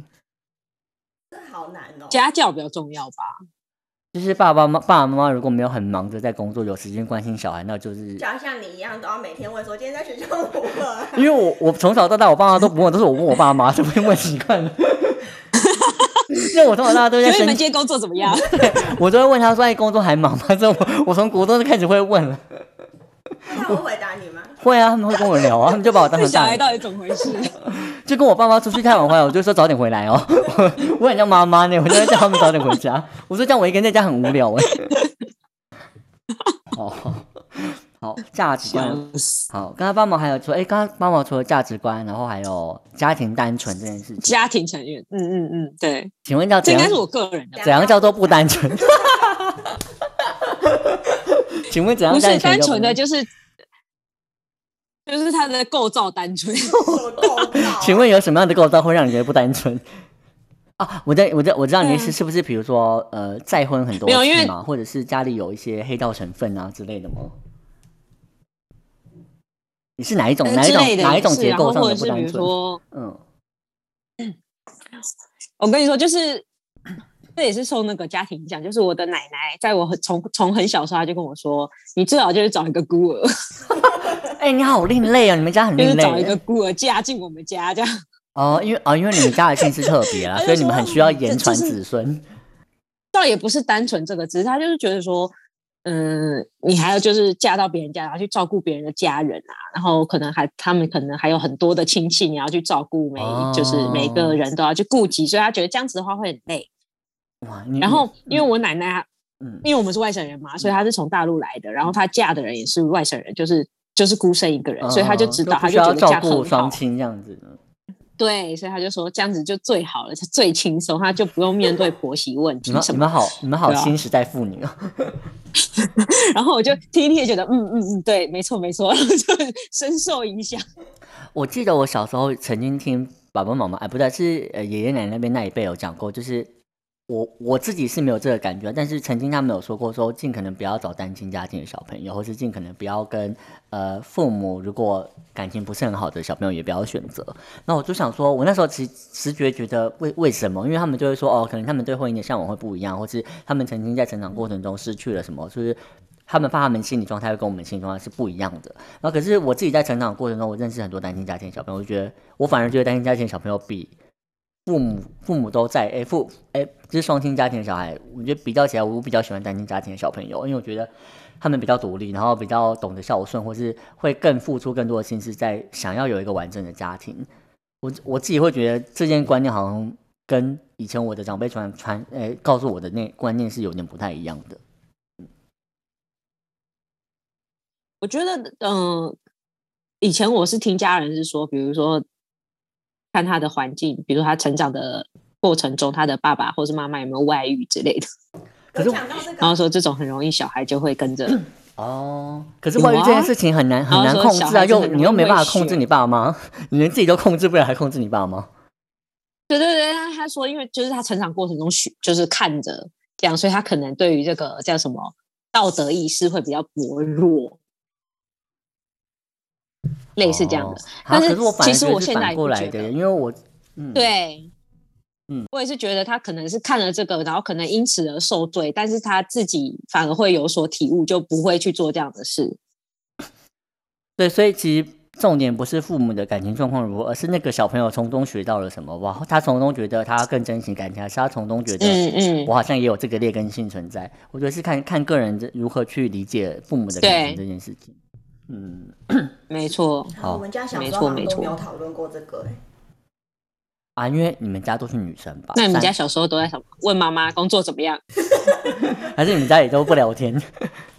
[SPEAKER 2] 这好难哦。
[SPEAKER 3] 家教比较重要吧？
[SPEAKER 1] 就是爸爸妈爸爸妈妈如果没有很忙着在工作，有时间关心小孩，那就是
[SPEAKER 2] 就要像你一样，都要每天问说今天在学校如何。
[SPEAKER 1] 因为我我从小到大，我爸妈都不问，都是我问我爸妈， 这不用问习惯了。因为我从小到大都在
[SPEAKER 3] 所以你
[SPEAKER 1] 生
[SPEAKER 3] 们
[SPEAKER 1] 气，
[SPEAKER 3] 今天工作怎么样？
[SPEAKER 1] 我都会问他说：“哎，工作还忙吗？” 这我我从国中就开始会问了。
[SPEAKER 2] 那我回答你 吗？
[SPEAKER 1] 会啊，他们会跟我聊 啊，他们就把我当成
[SPEAKER 3] 小
[SPEAKER 1] 大
[SPEAKER 3] 孩
[SPEAKER 1] 人，
[SPEAKER 3] 到底怎么回 事？
[SPEAKER 1] 就跟我爸妈出去太晚回来，我就说早点回来哦。 我我很像妈妈呢，我就会叫他们早点回家。我说这样我一个人在家很无聊哎。 哦，好，价值观
[SPEAKER 3] 笑死
[SPEAKER 1] 好，刚刚帮忙还有说，哎、刚刚帮忙除了价值观，然后还有家庭单纯这件事情，
[SPEAKER 3] 家庭成员，嗯嗯嗯，对，
[SPEAKER 1] 请问要
[SPEAKER 3] 这
[SPEAKER 1] 怎
[SPEAKER 3] 应该
[SPEAKER 1] 样
[SPEAKER 3] 是我个人的吧。
[SPEAKER 1] 怎样叫做不单 纯？请问怎样
[SPEAKER 3] 不
[SPEAKER 1] 叫
[SPEAKER 3] 是
[SPEAKER 1] 你觉得
[SPEAKER 3] 单纯的
[SPEAKER 1] 不
[SPEAKER 3] 就是就是它的构造 单纯。
[SPEAKER 2] 什么构造？
[SPEAKER 1] 请问有什么样的构造会让你觉得不单纯？啊，我在我在我知道你是是不是比如说呃再婚很多
[SPEAKER 3] 嗯没有因为
[SPEAKER 1] 次嘛，或者是家里有一些黑道成分啊之类的吗？你是哪一种哪一种
[SPEAKER 3] 呃之类的
[SPEAKER 1] 哪一种
[SPEAKER 3] 也是
[SPEAKER 1] 结构上
[SPEAKER 3] 然后或
[SPEAKER 1] 的
[SPEAKER 3] 者
[SPEAKER 1] 不
[SPEAKER 3] 是比
[SPEAKER 1] 单
[SPEAKER 3] 如
[SPEAKER 1] 纯？
[SPEAKER 3] 说，
[SPEAKER 1] 嗯，
[SPEAKER 3] 我跟你说，就是这也是受那个家庭影响。就是我的奶奶，在我很从从很小的时候，她就跟我说，你最好就是找一个孤儿，
[SPEAKER 1] 哎、你好另类啊，你们家很
[SPEAKER 3] 就是
[SPEAKER 1] 另
[SPEAKER 3] 找一个
[SPEAKER 1] 类
[SPEAKER 3] 孤儿嫁进我们家这样。
[SPEAKER 1] 哦，因为哦因为你们家的姓是特别啦，
[SPEAKER 3] 他就
[SPEAKER 1] 所以你们
[SPEAKER 3] 说
[SPEAKER 1] 很需要
[SPEAKER 3] 这
[SPEAKER 1] 言
[SPEAKER 3] 就
[SPEAKER 1] 传
[SPEAKER 3] 是
[SPEAKER 1] 子孙。
[SPEAKER 3] 倒也不是单纯这个，只是她就是觉得说。嗯，你还要就是嫁到别人家，然后去照顾别人的家人啊，然后可能还他们可能还有很多的亲戚，你要去照顾每、就是每
[SPEAKER 1] 哦
[SPEAKER 3] 个人都要去顾及，所以她觉得这样子的话会很累。
[SPEAKER 1] 哇，你
[SPEAKER 3] 然后因为我奶奶
[SPEAKER 1] 嗯
[SPEAKER 3] 因为我们是外省人嘛，所以她是从大陆来的，然后她嫁的人也是外省人，就是就是孤身一个人，所以她就知道，
[SPEAKER 1] 他
[SPEAKER 3] 她
[SPEAKER 1] 嗯需
[SPEAKER 3] 就觉
[SPEAKER 1] 要
[SPEAKER 3] 得
[SPEAKER 1] 照
[SPEAKER 3] 嫁
[SPEAKER 1] 顾
[SPEAKER 3] 很
[SPEAKER 1] 双
[SPEAKER 3] 好，
[SPEAKER 1] 亲这样子。
[SPEAKER 3] 对，所以她就说这样子就最好了，她最轻松，她就不用面对婆媳问
[SPEAKER 1] 你
[SPEAKER 3] 题
[SPEAKER 1] 们
[SPEAKER 3] 什
[SPEAKER 1] 你
[SPEAKER 3] 么。
[SPEAKER 1] 们好，你们好
[SPEAKER 3] 对啊
[SPEAKER 1] 新时代妇女哦。
[SPEAKER 3] 然后我就听一听，觉得嗯嗯嗯，对，没错没错， 然后就深受影响。
[SPEAKER 1] 我记得我小时候曾经听爸爸妈妈，哎，不对，是呃爷爷奶奶那边那一辈有讲过，就是我我自己是没有这个感觉，但是曾经他们有说过，说尽可能不要找单亲家庭的小朋友，或是尽可能不要跟呃父母如果感情不是很好的小朋友也不要选择。那我就想说，我那时候其实直觉觉得为为什么？因为他们就会说，哦，可能他们对婚姻的向往会不一样，或是他们曾经在成长过程中失去了什么，就是他们怕他们心理状态会跟我们心理状态是不一样的。然后可是我自己在成长的过程中，我认识很多单亲家庭的小朋友，我觉得我反而觉得单亲家庭的小朋友比父母父母都在，哎、父哎、就是双亲家庭的小孩，我觉得比较起来，我比较喜欢单亲家庭的小朋友，因为我觉得他们比较独立，然后比较懂得孝顺，或是会更付出更多的心思在想要有一个完整的家庭。我我自己会觉得这件观念好像跟以前我的长辈传传诶、告诉我的那观念是有点不太一样的。
[SPEAKER 3] 我觉得，嗯、以前我是听家人是说，比如说看他的环境，比如他成长的过程中，他的爸爸或是妈妈有没有外遇之类的，
[SPEAKER 1] 可是
[SPEAKER 2] 有讲到这
[SPEAKER 3] 然后
[SPEAKER 2] 个，
[SPEAKER 3] 说这种很容易小孩就会跟着，
[SPEAKER 1] 哦，可是外遇这件事情很难、
[SPEAKER 3] 有
[SPEAKER 1] 很
[SPEAKER 3] 啊
[SPEAKER 1] 难控
[SPEAKER 3] 然后
[SPEAKER 1] 制
[SPEAKER 3] 说小
[SPEAKER 1] 啊，
[SPEAKER 3] 孩
[SPEAKER 1] 又
[SPEAKER 3] 真的
[SPEAKER 1] 你又没办法
[SPEAKER 3] 会
[SPEAKER 1] 控制
[SPEAKER 3] 学
[SPEAKER 1] 你爸妈， 你连自己都控制不了，还控制你爸妈。
[SPEAKER 3] 对对对，他他说因为就是他成长过程中许就是看着这样，所以他可能对于这个叫什么道德意识会比较薄弱。类似这样的，
[SPEAKER 1] 哦啊
[SPEAKER 3] 但是
[SPEAKER 1] 可是我反而
[SPEAKER 3] 其实
[SPEAKER 1] 觉得
[SPEAKER 3] 我
[SPEAKER 1] 是
[SPEAKER 3] 现在
[SPEAKER 1] 反
[SPEAKER 3] 也
[SPEAKER 1] 过
[SPEAKER 3] 不
[SPEAKER 1] 来
[SPEAKER 3] 觉
[SPEAKER 1] 的耶，
[SPEAKER 3] 得
[SPEAKER 1] 因为我嗯，
[SPEAKER 3] 对，
[SPEAKER 1] 嗯，
[SPEAKER 3] 我也是觉得他可能是看了这个，然后可能因此而受罪，但是他自己反而会有所体悟，就不会去做这样的事。
[SPEAKER 1] 对，所以其实重点不是父母的感情状况如何，而是那个小朋友从中学到了什么。哇，他从中觉得他更珍惜感情，还是他从中觉得
[SPEAKER 3] 嗯嗯，
[SPEAKER 1] 我好像也有这个劣根性存在。我觉得是看看个人的如何去理解父母的感情
[SPEAKER 3] 对
[SPEAKER 1] 这件事情。嗯，
[SPEAKER 3] 没错，
[SPEAKER 1] 好
[SPEAKER 2] 我们家小
[SPEAKER 3] 没
[SPEAKER 2] 时
[SPEAKER 3] 错
[SPEAKER 2] 候好像
[SPEAKER 3] 没
[SPEAKER 2] 都
[SPEAKER 3] 错
[SPEAKER 2] 没有讨论过这个、欸，
[SPEAKER 1] 啊，因为你们家都是女生吧？
[SPEAKER 3] 那你们家
[SPEAKER 1] 三
[SPEAKER 3] 小时候都在什么？问妈妈工作怎么样？
[SPEAKER 1] 还是你们家也都不聊天？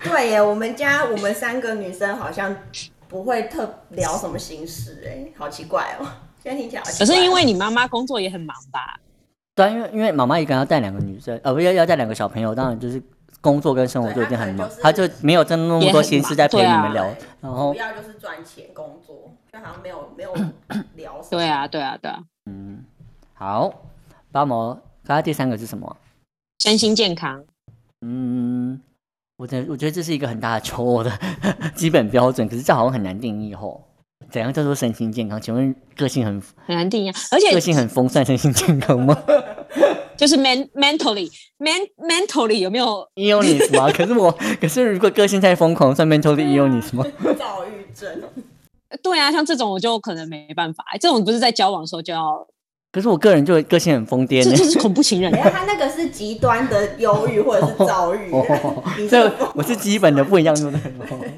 [SPEAKER 2] 对耶，我们家我们三个女生好像不会特聊什么心事，哎，好奇怪哦。现在听起来好奇
[SPEAKER 3] 可
[SPEAKER 2] 怪哦
[SPEAKER 3] 是因为你妈妈工作也很忙吧？
[SPEAKER 1] 对啊，因为因为妈妈一个人要带两个女生，呃，不要要带两个小朋友，当然就是工作跟生活
[SPEAKER 2] 对
[SPEAKER 1] 就已
[SPEAKER 2] 她
[SPEAKER 1] 经
[SPEAKER 2] 可
[SPEAKER 1] 很
[SPEAKER 2] 能
[SPEAKER 1] 忙
[SPEAKER 2] 就，是
[SPEAKER 1] 她就没有真那么
[SPEAKER 3] 也
[SPEAKER 1] 多
[SPEAKER 3] 很
[SPEAKER 1] 心思
[SPEAKER 3] 忙
[SPEAKER 1] 在陪
[SPEAKER 3] 对
[SPEAKER 1] 你
[SPEAKER 3] 啊
[SPEAKER 1] 们聊。然后
[SPEAKER 2] 主要就是赚钱工作，就好像没有没有聊什么。
[SPEAKER 3] 对啊，对啊，对啊，
[SPEAKER 1] 好，八毛，刚刚第三个是什么啊？
[SPEAKER 3] 身心健康。
[SPEAKER 1] 嗯，我觉得我觉得这是一个很大的求偶的 基本标准，可是这好像很难定义吼。怎样叫做身心健康？请问个性很
[SPEAKER 3] 很难定义啊，而且
[SPEAKER 1] 个性很丰善，身心健康吗？
[SPEAKER 3] 就是 man mentally man mentally 有没有？
[SPEAKER 1] 你有你吗？可是我可是如果个性太疯狂，算 mentally 你有你什么？
[SPEAKER 2] 躁郁症，
[SPEAKER 3] 对啊，像这种我就可能没办法，这种不是在交往的时候就要，
[SPEAKER 1] 可是我个人就个性很疯癫
[SPEAKER 3] 这
[SPEAKER 1] 呢
[SPEAKER 3] 这。是恐怖情人
[SPEAKER 2] 哎，他那个是极端的忧郁或者是躁郁
[SPEAKER 1] 哦，
[SPEAKER 2] 你
[SPEAKER 1] 这
[SPEAKER 2] 这
[SPEAKER 1] 个我是基本的不一样，对不对？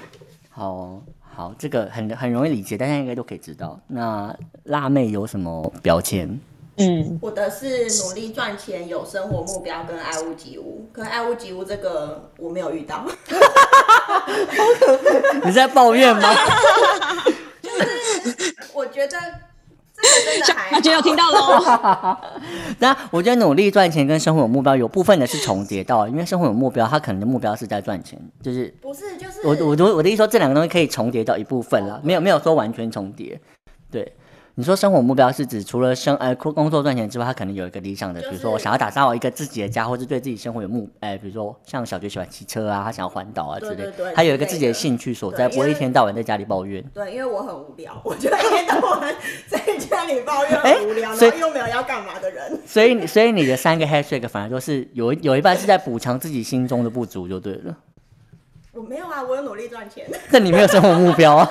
[SPEAKER 1] 好好，这个很很容易理解，大家应该都可以知道。那辣妹有什么标签？
[SPEAKER 3] 嗯，
[SPEAKER 2] 我的是努力赚钱，有生活目标跟爱屋及乌，可爱屋及乌这个我没有遇 到。
[SPEAKER 1] 你在抱怨吗？
[SPEAKER 2] 我觉得这真的还
[SPEAKER 3] 那就要听 到喽。
[SPEAKER 1] 那我觉得努力赚钱跟生活有目标有部分的是重叠到，因为生活有目标，他可能的目标是在赚钱，就是
[SPEAKER 2] 不是就是
[SPEAKER 1] 我我的我的意思说，这两个东西可以重叠到一部分
[SPEAKER 2] 哦
[SPEAKER 1] 啦，没有没有说完全重叠。对，你说生活目标是指除了生呃工工作赚钱之外，他可能有一个理想的，比如说我想要打造一个自己的家，或是对自己生活有目，哎、比如说像小杰喜欢骑车啊，他想要环岛啊之类，
[SPEAKER 2] 对对对
[SPEAKER 1] 他有一个
[SPEAKER 2] 之类
[SPEAKER 1] 自己的
[SPEAKER 2] 的
[SPEAKER 1] 兴趣所
[SPEAKER 2] 对
[SPEAKER 1] 在，
[SPEAKER 2] 因
[SPEAKER 1] 不会一
[SPEAKER 2] 为
[SPEAKER 1] 天到晚在家里抱怨。
[SPEAKER 2] 对，因为我很无聊，我就一天到晚在家里抱怨很无聊，
[SPEAKER 1] 哎所以
[SPEAKER 2] 然后又没有要干嘛的人。
[SPEAKER 1] 所以你所以你的三个 hashtag 反而就是有一有一半是在补偿自己心中的不足就对了。
[SPEAKER 2] 我没有啊，我有努力赚钱，
[SPEAKER 1] 但你没有生活目标啊，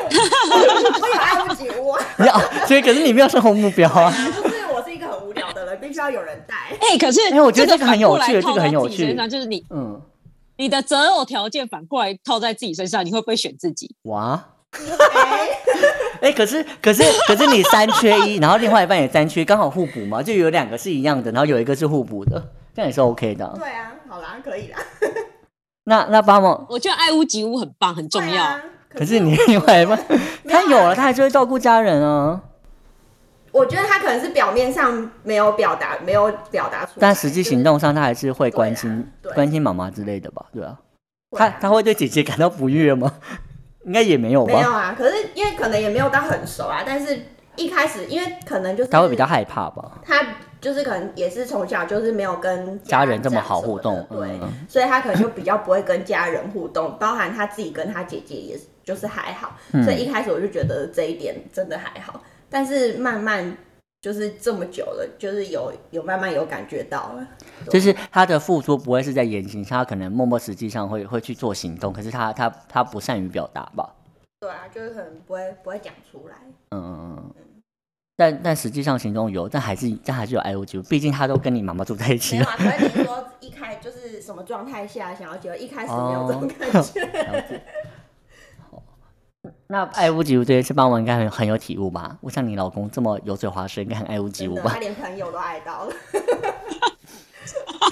[SPEAKER 2] 我有爱屋及乌啊。
[SPEAKER 1] 你啊，所以可是你没有生活目标啊。
[SPEAKER 2] 就是我是一个很无聊的人，必须要有人带。
[SPEAKER 3] 哎、可是
[SPEAKER 1] 哎我觉得这个很有趣
[SPEAKER 3] 反
[SPEAKER 1] 这
[SPEAKER 3] 过来
[SPEAKER 1] 个很有
[SPEAKER 3] 套到自己身
[SPEAKER 1] 趣
[SPEAKER 3] 上就是你
[SPEAKER 1] 嗯，
[SPEAKER 3] 你的择偶条件反过来套在自己身上，你会不会选自己？
[SPEAKER 1] 哇。
[SPEAKER 2] 哎
[SPEAKER 1] 哎、可是可是可是你三缺一，然后另外一半也三缺，刚好互补嘛，就有两个是一样的，然后有一个是互补的，这样也是 OK 的啊。
[SPEAKER 2] 对啊，好啦，可以啦，
[SPEAKER 1] 那那巴莫，
[SPEAKER 3] 我觉得爱屋及乌很棒，很重
[SPEAKER 2] 对
[SPEAKER 3] 要。
[SPEAKER 2] 啊。
[SPEAKER 1] 可是你另外一半，
[SPEAKER 2] 没有
[SPEAKER 1] 他
[SPEAKER 2] 啊
[SPEAKER 1] 有了，他还是会照顾家人啊，
[SPEAKER 2] 我觉得他可能是表面上没有表达，没有表达出来，
[SPEAKER 1] 但实际行动上他还是会关心、
[SPEAKER 2] 对啊对
[SPEAKER 1] 关心妈妈之类的吧？对啊，
[SPEAKER 2] 就是
[SPEAKER 1] 他
[SPEAKER 2] 会啊
[SPEAKER 1] 他会对姐姐感到不悦吗？应该也没有
[SPEAKER 2] 没有
[SPEAKER 1] 吧，
[SPEAKER 2] 啊。可是因为可能也没有到很熟啊，但是一开始因为可能就是
[SPEAKER 1] 他会比较害怕吧？
[SPEAKER 2] 他就是可能也是从小就是没有跟
[SPEAKER 1] 家人这么好互动
[SPEAKER 2] 长什么的对，
[SPEAKER 1] 嗯
[SPEAKER 2] 所以他可能就比较不会跟家人互动，包含他自己跟他姐姐也是就是还好，
[SPEAKER 1] 嗯
[SPEAKER 2] 所以一开始我就觉得这一点真的还好，但是慢慢就是这么久了，就是有有慢慢有感觉到了，
[SPEAKER 1] 就是他的付出不会是在言行上，他可能默默实际上会会去做行动，可是他他他不善于表达吧？
[SPEAKER 2] 对啊，就是可能不会不会讲出来，
[SPEAKER 1] 嗯嗯嗯，但但实际上行动有，但还是但还是有 I O G，毕竟他都跟你妈妈住在一起
[SPEAKER 2] 没有
[SPEAKER 1] 了。
[SPEAKER 2] 啊，所以你说一开就是什么状态下想要结婚，一开始没有这种感 觉，
[SPEAKER 1] 了解。好，那爱屋及乌这件事，帮我应该很很有体悟吧？我想你老公这么油嘴滑舌，应该很爱屋及
[SPEAKER 2] 真
[SPEAKER 1] 乌
[SPEAKER 2] 的，
[SPEAKER 1] 吧
[SPEAKER 2] 他？连朋友都爱到了，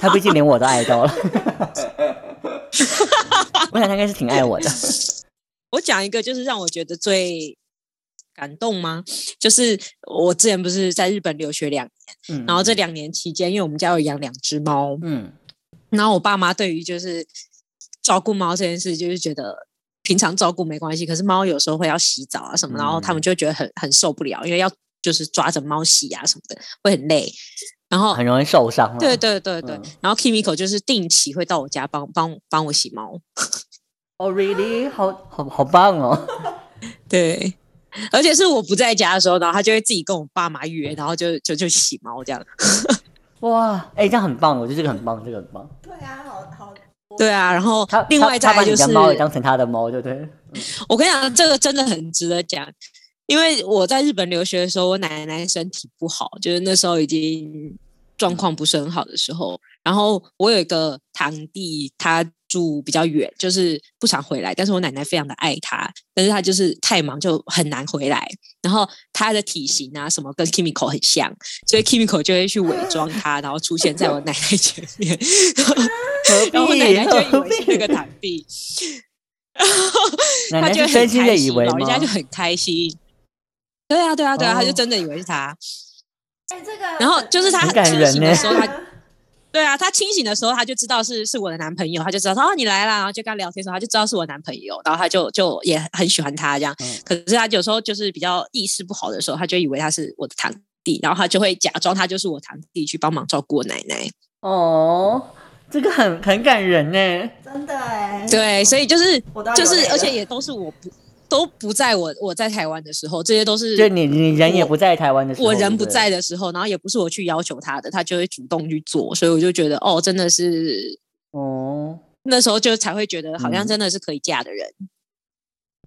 [SPEAKER 1] 他毕竟连我都爱 到了。我想他应该是挺爱我 的。
[SPEAKER 3] 我讲一个，就是让我觉得最感动吗？就是我之前不是在日本留学两年，
[SPEAKER 1] 嗯，
[SPEAKER 3] 然后这两年期间，因为我们家有养两只猫，
[SPEAKER 1] 嗯
[SPEAKER 3] 然后我爸妈对于就是照顾猫这件事，就是觉得平常照顾没关系，可是猫有时候会要洗澡啊什么，然后
[SPEAKER 1] 嗯
[SPEAKER 3] 他们就会觉得很很受不了，因为要就是抓着猫洗啊什么的，会很累。然后
[SPEAKER 1] 很容易受伤。
[SPEAKER 3] 对，对对对，
[SPEAKER 1] 嗯
[SPEAKER 3] 然后 Kimiko 就是定期会到我家帮帮帮我洗猫，
[SPEAKER 1] 哦、r e a l l y 好好好棒哦。
[SPEAKER 3] 对，而且是我不在家的时候，然后他就会自己跟我爸妈约，然后就就就洗猫这样。
[SPEAKER 1] 哇，哎、这样很棒，我觉得这个很棒，这个很棒。
[SPEAKER 2] 对啊，好好。
[SPEAKER 3] 对啊，然后
[SPEAKER 1] 他
[SPEAKER 3] 另
[SPEAKER 1] 他
[SPEAKER 3] 外
[SPEAKER 1] 他
[SPEAKER 3] 再
[SPEAKER 1] 把
[SPEAKER 3] 来
[SPEAKER 1] 你
[SPEAKER 3] 就
[SPEAKER 1] 的
[SPEAKER 3] 是
[SPEAKER 1] 猫也当成他的猫，对不对？
[SPEAKER 3] 我跟你讲，这个真的很值得讲，因为我在日本留学的时候，我奶奶身体不好，就是那时候已经状况不是很好的时候。然后我有一个堂弟，他住比较远，就是不常回来，但是我奶奶非常的爱他，但是他就是太忙就很难回来。然后他的体型啊什么跟 Kimiko 很像，所以 Kimiko 就会去伪装他，然后出现在我奶奶前面。
[SPEAKER 1] 何
[SPEAKER 3] 然后我奶奶就以
[SPEAKER 1] 何
[SPEAKER 3] 为是那个堂弟，
[SPEAKER 1] 奶
[SPEAKER 3] 他
[SPEAKER 1] 奶
[SPEAKER 3] 就是很
[SPEAKER 1] 真
[SPEAKER 3] 开
[SPEAKER 1] 心
[SPEAKER 3] 心，哦
[SPEAKER 1] 的以为
[SPEAKER 3] 老人
[SPEAKER 1] 吗
[SPEAKER 3] 家就？很开心。对啊，对啊，对啊，他就
[SPEAKER 1] 哦
[SPEAKER 3] 真的以为是他。
[SPEAKER 2] 哎，这个，
[SPEAKER 3] 然后就是他
[SPEAKER 1] 很感
[SPEAKER 3] 清
[SPEAKER 1] 人
[SPEAKER 3] 醒
[SPEAKER 1] 呢
[SPEAKER 3] 的时候，他
[SPEAKER 2] 他
[SPEAKER 3] 对啊，他清醒的时候，他就知道是是我的男朋友，他就知道说哦你来啦，然后就跟他聊天的时候，他就知道是我男朋友，然后他就就也很喜欢他这样。
[SPEAKER 1] 嗯
[SPEAKER 3] 可是他有时候就是比较意识不好的时候，他就以为他是我的堂弟，然后他就会假装他就是我堂弟去帮忙照顾我奶奶。
[SPEAKER 1] 哦，这个很很感人呢。
[SPEAKER 2] 真的哎，
[SPEAKER 3] 对，所以就是
[SPEAKER 2] 我都要
[SPEAKER 3] 就
[SPEAKER 2] 流泪
[SPEAKER 3] 是，
[SPEAKER 2] 了
[SPEAKER 3] 而且也都是我不都不在我我在台湾的时候，这些都是
[SPEAKER 1] 就你你人也不在台湾的时候，
[SPEAKER 3] 我人不
[SPEAKER 1] 对对
[SPEAKER 3] 在，的时候，然后也不是我去要求他的，他就会主动去做，所以我就觉得哦，真的是
[SPEAKER 1] 哦，
[SPEAKER 3] 那时候就才会觉得好像
[SPEAKER 1] 嗯
[SPEAKER 3] 真的是可以嫁的人。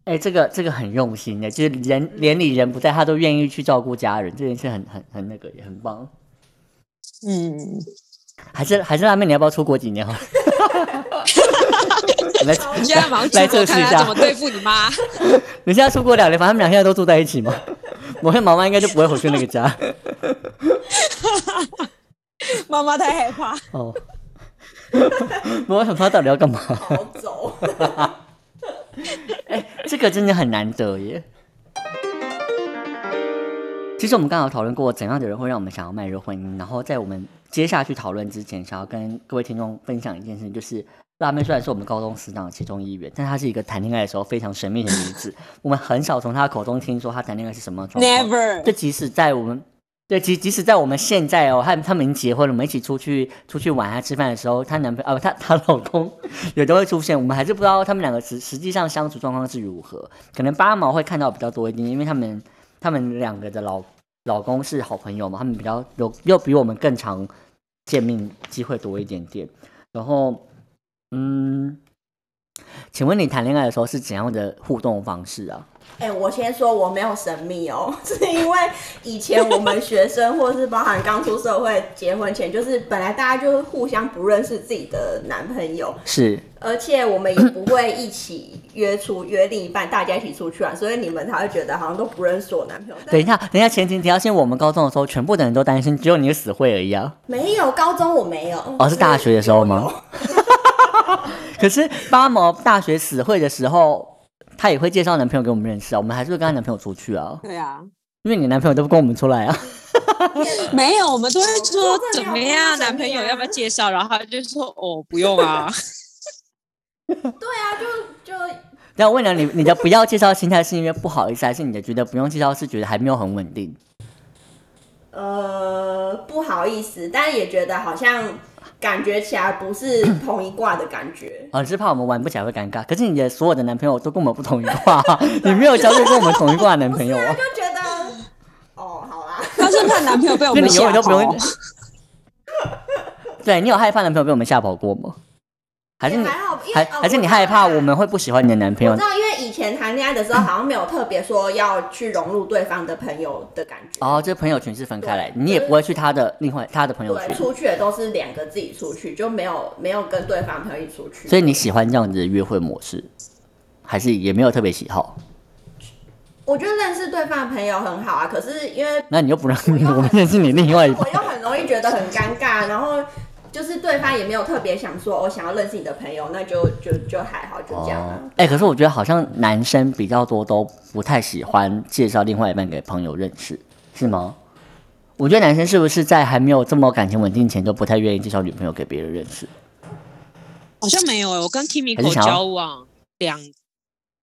[SPEAKER 1] 哎、这个这个很用心的，就是人连你人不在，他都愿意去照顾家人，这件事很很很那个，也很棒。
[SPEAKER 3] 嗯，
[SPEAKER 1] 还是还是辣妹，你要不要出国几年好了？ 你来，
[SPEAKER 3] 我现在马上
[SPEAKER 1] 来
[SPEAKER 3] 出国
[SPEAKER 1] 测试
[SPEAKER 3] 看
[SPEAKER 1] 一
[SPEAKER 3] 他
[SPEAKER 1] 下
[SPEAKER 3] 怎么对付你妈。
[SPEAKER 1] 你现在出国两年，反正他们俩现在都住在一起嘛。我跟妈妈应该就不会回去那个家
[SPEAKER 3] 妈妈太害怕。
[SPEAKER 1] 哦。 我想说他到底要干嘛？
[SPEAKER 2] 逃走。
[SPEAKER 1] 这个真的很难得耶。其实我们刚好讨论过怎样的人会让我们想要迈入婚姻，然后在我们接下去讨论之前，想要跟各位听众分享一件事情，就是辣妹虽然是我们高中死党的其中一员，但她是一个谈恋爱的时候非常神秘的女子，我们很少从她口中听说她谈恋爱是什么状况。
[SPEAKER 3] Never，
[SPEAKER 1] 这即使在我们对即即使在我们现在哦，和他们已经结婚了，我们一起出去出去玩啊吃饭的时候，她男朋友啊她她老公也都会出现，我们还是不知道他们两个实实际上相处状况是如何。可能八毛会看到比较多一点，因为他们他们两个的老老公是好朋友嘛，他们比较有又比我们更常见面机会多一点点。然后，嗯，请问你谈恋爱的时候是怎样的互动方式啊？
[SPEAKER 2] 哎、我先说我没有神秘哦，是因为以前我们学生或是包含刚出社会结婚前，就是本来大家就是互相不认识自己的男朋友，
[SPEAKER 1] 是
[SPEAKER 2] 而且我们也不会一起约出约另一半，大家一起出去啊玩，所以你们才会觉得好像都不认识我男朋友。但
[SPEAKER 1] 等一下，等一下，前提你要先，我们高中的时候，全部的人都单身，只有你死会而已啊！
[SPEAKER 2] 没有，高中我没有。
[SPEAKER 1] 哦，是大学的时候吗？可是八毛大学死会的时候，她也会介绍男朋友给我们认识啊，我们还是会跟她男朋友出去啊，
[SPEAKER 3] 对啊，
[SPEAKER 1] 因为你男朋友都不跟我们出来啊。
[SPEAKER 3] 没有，我们都会说怎么样，
[SPEAKER 2] 我真的没有
[SPEAKER 3] 男朋友
[SPEAKER 2] 我真的没有
[SPEAKER 3] 要不要介绍？然后他就说哦，不用啊，
[SPEAKER 2] 对啊，就就
[SPEAKER 1] 但我问了你，你的不要介绍心态是因为不好意思，还是你的觉得不用介绍是觉得还没有很稳定？
[SPEAKER 2] 呃不好意思，但也觉得好像呃感觉起来不是同一挂的感觉。
[SPEAKER 1] 啊、是怕我们玩不起来会尴尬。可是你的所有的男朋友都跟我们不同一挂、 啊，你没有交过跟我们同一挂的男朋友
[SPEAKER 2] 对啊，
[SPEAKER 1] 啊？
[SPEAKER 2] 就觉得哦，好啦，
[SPEAKER 3] 他是怕男朋哦友被 我
[SPEAKER 1] 那
[SPEAKER 3] 们
[SPEAKER 1] 你永远
[SPEAKER 3] 吓
[SPEAKER 1] 都不
[SPEAKER 3] 跑。
[SPEAKER 1] 用。 对你有害怕男朋友被我们吓跑过吗？还是你
[SPEAKER 2] 也还好因为
[SPEAKER 1] 还
[SPEAKER 2] 哦
[SPEAKER 1] 还是你
[SPEAKER 2] 我
[SPEAKER 1] 害怕
[SPEAKER 2] 知道
[SPEAKER 1] 我们会不喜欢你的男朋
[SPEAKER 2] 我
[SPEAKER 1] 友
[SPEAKER 2] 知？道，因为以前谈恋爱的时候好像没有特别说要去融入对方的朋友的感觉。
[SPEAKER 1] 哦，这朋友圈是分开来，
[SPEAKER 2] 对
[SPEAKER 1] 你也不会去他的另外他的朋友
[SPEAKER 2] 对，
[SPEAKER 1] 圈，
[SPEAKER 2] 出去的都是两个自己出去，就没有没有跟对方朋友一起出去。
[SPEAKER 1] 所以你喜欢这样子的约会模式，还是也没有特别喜好？
[SPEAKER 2] 我觉得认识对方的朋友很好啊，可是因为
[SPEAKER 1] 那你又不让
[SPEAKER 2] 我要
[SPEAKER 1] 我们认识你另外一
[SPEAKER 2] 我
[SPEAKER 1] 半，
[SPEAKER 2] 又很容易觉得很尴尬，然后就是对方也没有特别想说我、哦想要认识你的朋友，那就就就还好，就这样、啊。
[SPEAKER 1] 哦，哎、可是我觉得好像男生比较多都不太喜欢介绍另外一半给朋友认识，是吗？我觉得男生是不是在还没有这么感情稳定前，就不太愿意介绍女朋友给别人认识？
[SPEAKER 3] 好像没有欸，我跟 Timiko
[SPEAKER 1] 还是想要
[SPEAKER 3] 交往两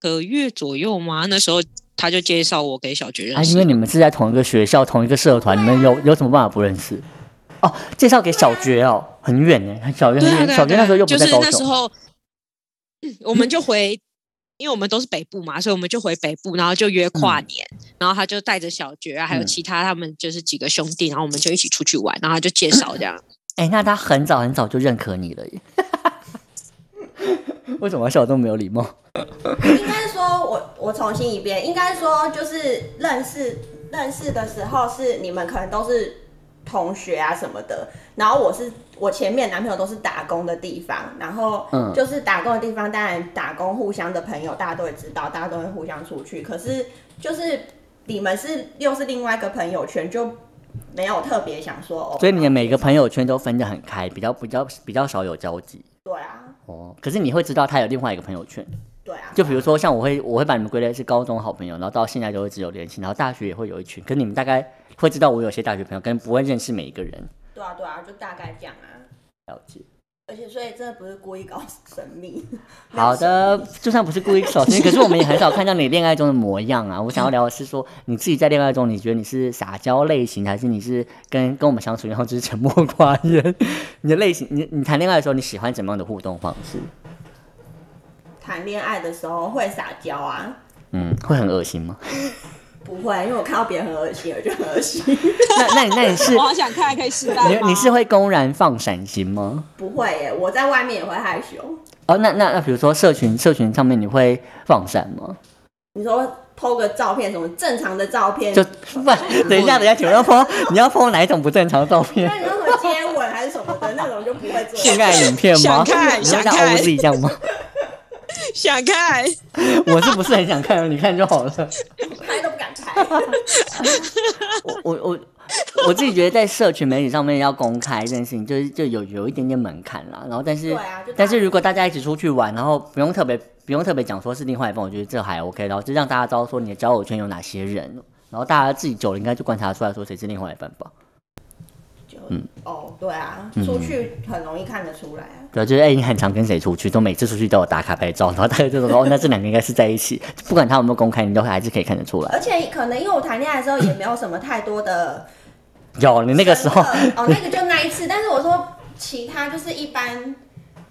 [SPEAKER 3] 个月左右嘛，那时候他就介绍我给小菊
[SPEAKER 1] 啊，
[SPEAKER 3] 认
[SPEAKER 1] 因
[SPEAKER 3] 识。
[SPEAKER 1] 为你们是在同一个学校、同一个社团，你们
[SPEAKER 3] 啊
[SPEAKER 1] 有有什么办法不认识？哦，介绍给小觉哦，很远呢，小觉
[SPEAKER 3] 对
[SPEAKER 1] 很
[SPEAKER 3] 啊，
[SPEAKER 1] 远，
[SPEAKER 3] 对
[SPEAKER 1] 小
[SPEAKER 3] 啊，
[SPEAKER 1] 觉
[SPEAKER 3] 对
[SPEAKER 1] 那时候又
[SPEAKER 3] 啊，
[SPEAKER 1] 不
[SPEAKER 3] 就是
[SPEAKER 1] 在高
[SPEAKER 3] 那时
[SPEAKER 1] 雄。
[SPEAKER 3] 候，嗯我们就回，因为我们都是北部嘛，所以我们就回北部，然后就约跨年，然后他就带着小觉啊，还有
[SPEAKER 1] 嗯
[SPEAKER 3] 其他他们就是几个兄弟，然后我们就一起出去玩，然后他就介绍这样。
[SPEAKER 1] 哎、那他很早很早就认可你了耶。 为什么要笑得这么没有礼貌？
[SPEAKER 2] 应该说我我重新一遍，应该说就是认识认识的时候是你们可能都是同学啊什么的，然后我是我前面男朋友都是打工的地方，然后
[SPEAKER 1] 嗯
[SPEAKER 2] 就是打工的地方，当然打工互相的朋友大家都会知道，大家都会互相出去，可是就是你们是又是另外一个朋友圈就。没有特别想说哦，
[SPEAKER 1] 所以你的每个朋友圈都分得很开，比较比较比较少有交集
[SPEAKER 2] 对啊，
[SPEAKER 1] 哦。可是你会知道他有另外一个朋友圈，
[SPEAKER 2] 对啊，
[SPEAKER 1] 就比如说像我会我会把你们归类是高中好朋友，然后到现在都会只有联系，然后大学也会有一群，可是你们大概会知道我有些大学朋友，跟不会认识每一个人。
[SPEAKER 2] 对啊，对啊，就大概这样啊。
[SPEAKER 1] 了解。
[SPEAKER 2] 而且，所以真的不是故意搞神秘。
[SPEAKER 1] 好的，就算不是故意 走心，可是我们也很少看到你恋爱中的模样啊。我想要聊的是说，你自己在恋爱中，你觉得你是撒娇类型，还是你是跟跟我们相处一样就是沉默寡言？你的类型，你你谈恋爱的时候，你喜欢怎么样的互动方式？
[SPEAKER 2] 谈恋爱的时候会撒娇啊？
[SPEAKER 1] 嗯，会很恶心吗？
[SPEAKER 2] 不会，因为我看到别人很恶心，我就很恶心。
[SPEAKER 1] 那那 你那你是
[SPEAKER 3] 我好想看，可以试戴
[SPEAKER 1] 你
[SPEAKER 3] 吗？
[SPEAKER 1] 你是会公然放闪型吗？
[SPEAKER 2] 不会耶，我在外面也会害羞。
[SPEAKER 1] 哦，那那那比如说社群社群上面你会放闪吗？
[SPEAKER 2] 你说偷个照片什么正常的照片，
[SPEAKER 1] 就不， 等一下等一下，请问要 po 你要 po 哪一种不正常的照片
[SPEAKER 2] 那？你说什么接吻还是什么的那种就不会做。
[SPEAKER 1] 性爱影片吗？
[SPEAKER 3] 想看
[SPEAKER 1] 你会像
[SPEAKER 3] 想看
[SPEAKER 1] OZ 这样吗？
[SPEAKER 3] 想看？
[SPEAKER 1] 我是不是很想看？你看就好了。
[SPEAKER 2] 拍都不敢拍。
[SPEAKER 1] 我我我我自己觉得在社群媒体上面要公开这件事情，就是就有有一点点门槛啦。然后但是、
[SPEAKER 2] 对啊就大家
[SPEAKER 1] 但是如果大家一起出去玩，然后不用特别不用特别讲说是另外一半，我觉得这还 OK。然后就让大家知道说你的交友圈有哪些人，然后大家自己久了应该就观察出来说谁是另外一半吧。
[SPEAKER 2] 就
[SPEAKER 1] 嗯
[SPEAKER 2] 哦，对啊，出去很容易看得出来啊。
[SPEAKER 1] 对啊，就是哎、你很常跟谁出去，都每次出去都有打卡拍照，然后大家就说哦，那这两个应该是在一起， 不管他有没有公开，你都还是可以看得出来。
[SPEAKER 2] 而且可能因为我谈恋爱的时候也没有什么太多的
[SPEAKER 1] 有你那个时候，
[SPEAKER 2] 深刻哦，那个就那一次。但是我说其他就是一般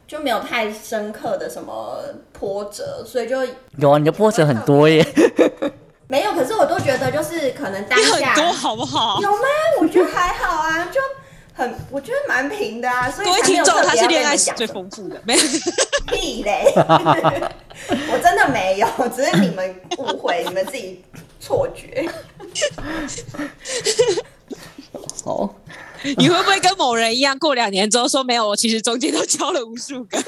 [SPEAKER 2] 就没有太深刻的什么波折，所以就
[SPEAKER 1] 有啊，你的波折很多耶。
[SPEAKER 2] 没有。可是我都觉得就是可能当
[SPEAKER 3] 你很
[SPEAKER 2] 下
[SPEAKER 3] 多好不好？
[SPEAKER 2] 有吗？我觉得还好啊， 就很我觉得蛮平的啊，所以
[SPEAKER 3] 各位
[SPEAKER 2] 才没
[SPEAKER 3] 听
[SPEAKER 2] 有
[SPEAKER 3] 众，
[SPEAKER 2] 特别
[SPEAKER 3] 他是
[SPEAKER 2] 要
[SPEAKER 3] 恋
[SPEAKER 2] 跟
[SPEAKER 3] 爱
[SPEAKER 2] 你
[SPEAKER 3] 史
[SPEAKER 2] 讲
[SPEAKER 3] 最
[SPEAKER 2] 什么
[SPEAKER 3] 丰富的，没有
[SPEAKER 2] 屁嘞， 我真的没有，只是你们误会，你们自己错觉。
[SPEAKER 1] 哦，
[SPEAKER 3] 你会不会跟某人一样，过两年之后说没有？我其实中间都交了无数个，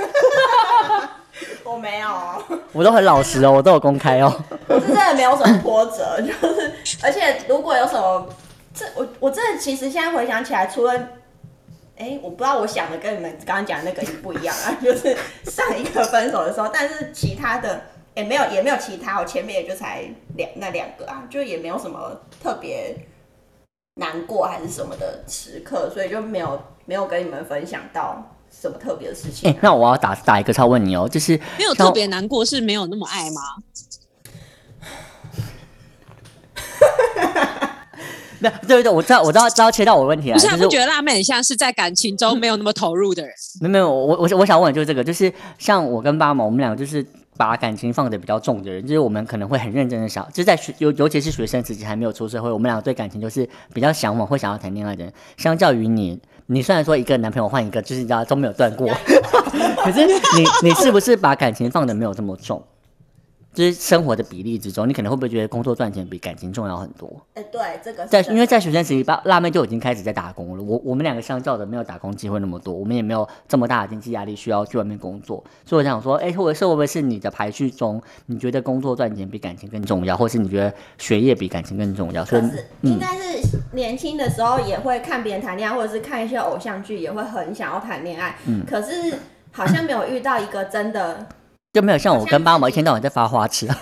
[SPEAKER 2] 我没有，
[SPEAKER 1] 我都很老实哦，我都有公开哦。
[SPEAKER 2] 我是真的没有什么波折， 就是而且如果有什么，这我我真的其实现在回想起来，除了。哎，我不知道我想的跟你们刚刚讲的那个一不一样啊， 就是上一个分手的时候，但是其他的也没有也没有其他，我前面也就才两那两个啊，就也没有什么特别难过还是什么的时刻，所以就没有没有跟你们分享到什么特别的事情、
[SPEAKER 1] 哎、
[SPEAKER 2] 啊。
[SPEAKER 1] 那我要打打一个岔问你哦，就是
[SPEAKER 3] 没有
[SPEAKER 1] 像
[SPEAKER 3] 特别难过，是没有那么爱吗？
[SPEAKER 1] 没有，对对对，我知道，我知道，知道切到我的问题了，啊
[SPEAKER 3] 不是，啊
[SPEAKER 1] 就
[SPEAKER 3] 他
[SPEAKER 1] 是
[SPEAKER 3] 不觉得辣妹很像是在感情中没有那么投入的人？
[SPEAKER 1] 没有没有，我我我想问的就是这个，就是像我跟八毛，我们两个就是把感情放的比较重的人，就是我们可能会很认真的想，就是在学尤尤其是学生时期还没有出社会，我们两个对感情就是比较向往，会想要谈恋爱的人。相较于你，你虽然说一个男朋友换一个，就是你知道都没有断过， 可是你你是不是把感情放的没有这么重？就是生活的比例之中，你可能会不会觉得工作赚钱比感情重要很多？
[SPEAKER 2] 哎、对，这个是
[SPEAKER 1] 在
[SPEAKER 2] 真
[SPEAKER 1] 因
[SPEAKER 2] 的
[SPEAKER 1] 为在学生时期，辣辣妹就已经开始在打工了。我我们两个相较的没有打工机会那么多，我们也没有这么大的经济压力需要去外面工作。所以我想说，哎、或者是会不会是你的排序中，你觉得工作赚钱比感情更重要，或是你觉得学业比感情更重要？所
[SPEAKER 2] 可
[SPEAKER 1] 以
[SPEAKER 2] 是嗯应该是年轻的时候也会看别人谈恋爱，或者是看一些偶像剧，也会很想要谈恋爱。可是好像没有遇到一个真的，
[SPEAKER 1] 就没有像我跟八毛一天到晚在发花痴。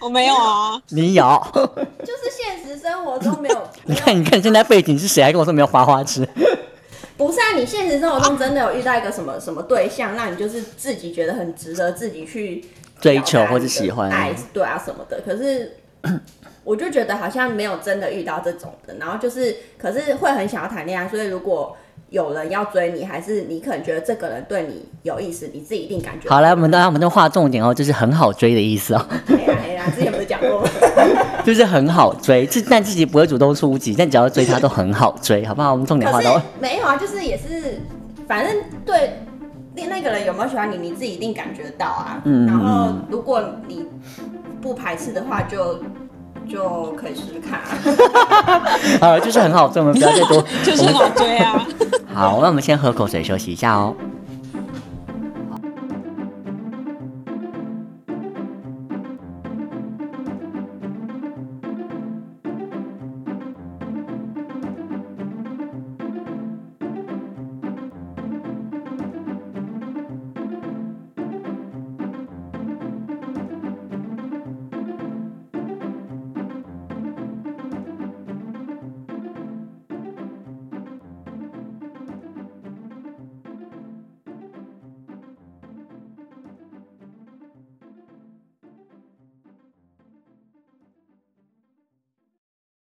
[SPEAKER 3] 我没有啊，
[SPEAKER 1] 你有？
[SPEAKER 2] 就是现实生活中没 有。
[SPEAKER 1] 你看你看现在背景是谁还跟我说没有发花痴？
[SPEAKER 2] 不是啊，你现实生活中真的有遇到一个什么什么对象，让你就是自己觉得很值得自己去
[SPEAKER 1] 追
[SPEAKER 2] 表达
[SPEAKER 1] 求或
[SPEAKER 2] 你
[SPEAKER 1] 者
[SPEAKER 2] 的
[SPEAKER 1] 喜欢
[SPEAKER 2] 爱，对啊什么的。可是我就觉得好像没有真的遇到这种的，然后就是可是会很想要谈恋爱，所以如果有人要追你，还是你可能觉得这个人对你有意思，你自己一定感觉
[SPEAKER 1] 好，来，我们大家我们都画重点哦，就是很好追的意思哦，
[SPEAKER 2] 黑啦黑啦，哎之前不是讲过吗？
[SPEAKER 1] 就是很好追，自但自己不会主动出击，但只要追他都很好追，好不好？我们重点
[SPEAKER 2] 可
[SPEAKER 1] 画
[SPEAKER 2] 是
[SPEAKER 1] 到。
[SPEAKER 2] 没有啊，就是也是，反正对那那个人有没有喜欢你，你自己一定感觉到啊。
[SPEAKER 1] 嗯
[SPEAKER 2] 然后如果你不排斥的话就，就可以试试看啊。
[SPEAKER 1] 呃啊，就是很好，这我们不要再多。
[SPEAKER 3] 就是很好追啊。
[SPEAKER 1] 好，那我们先喝口水休息一下哦。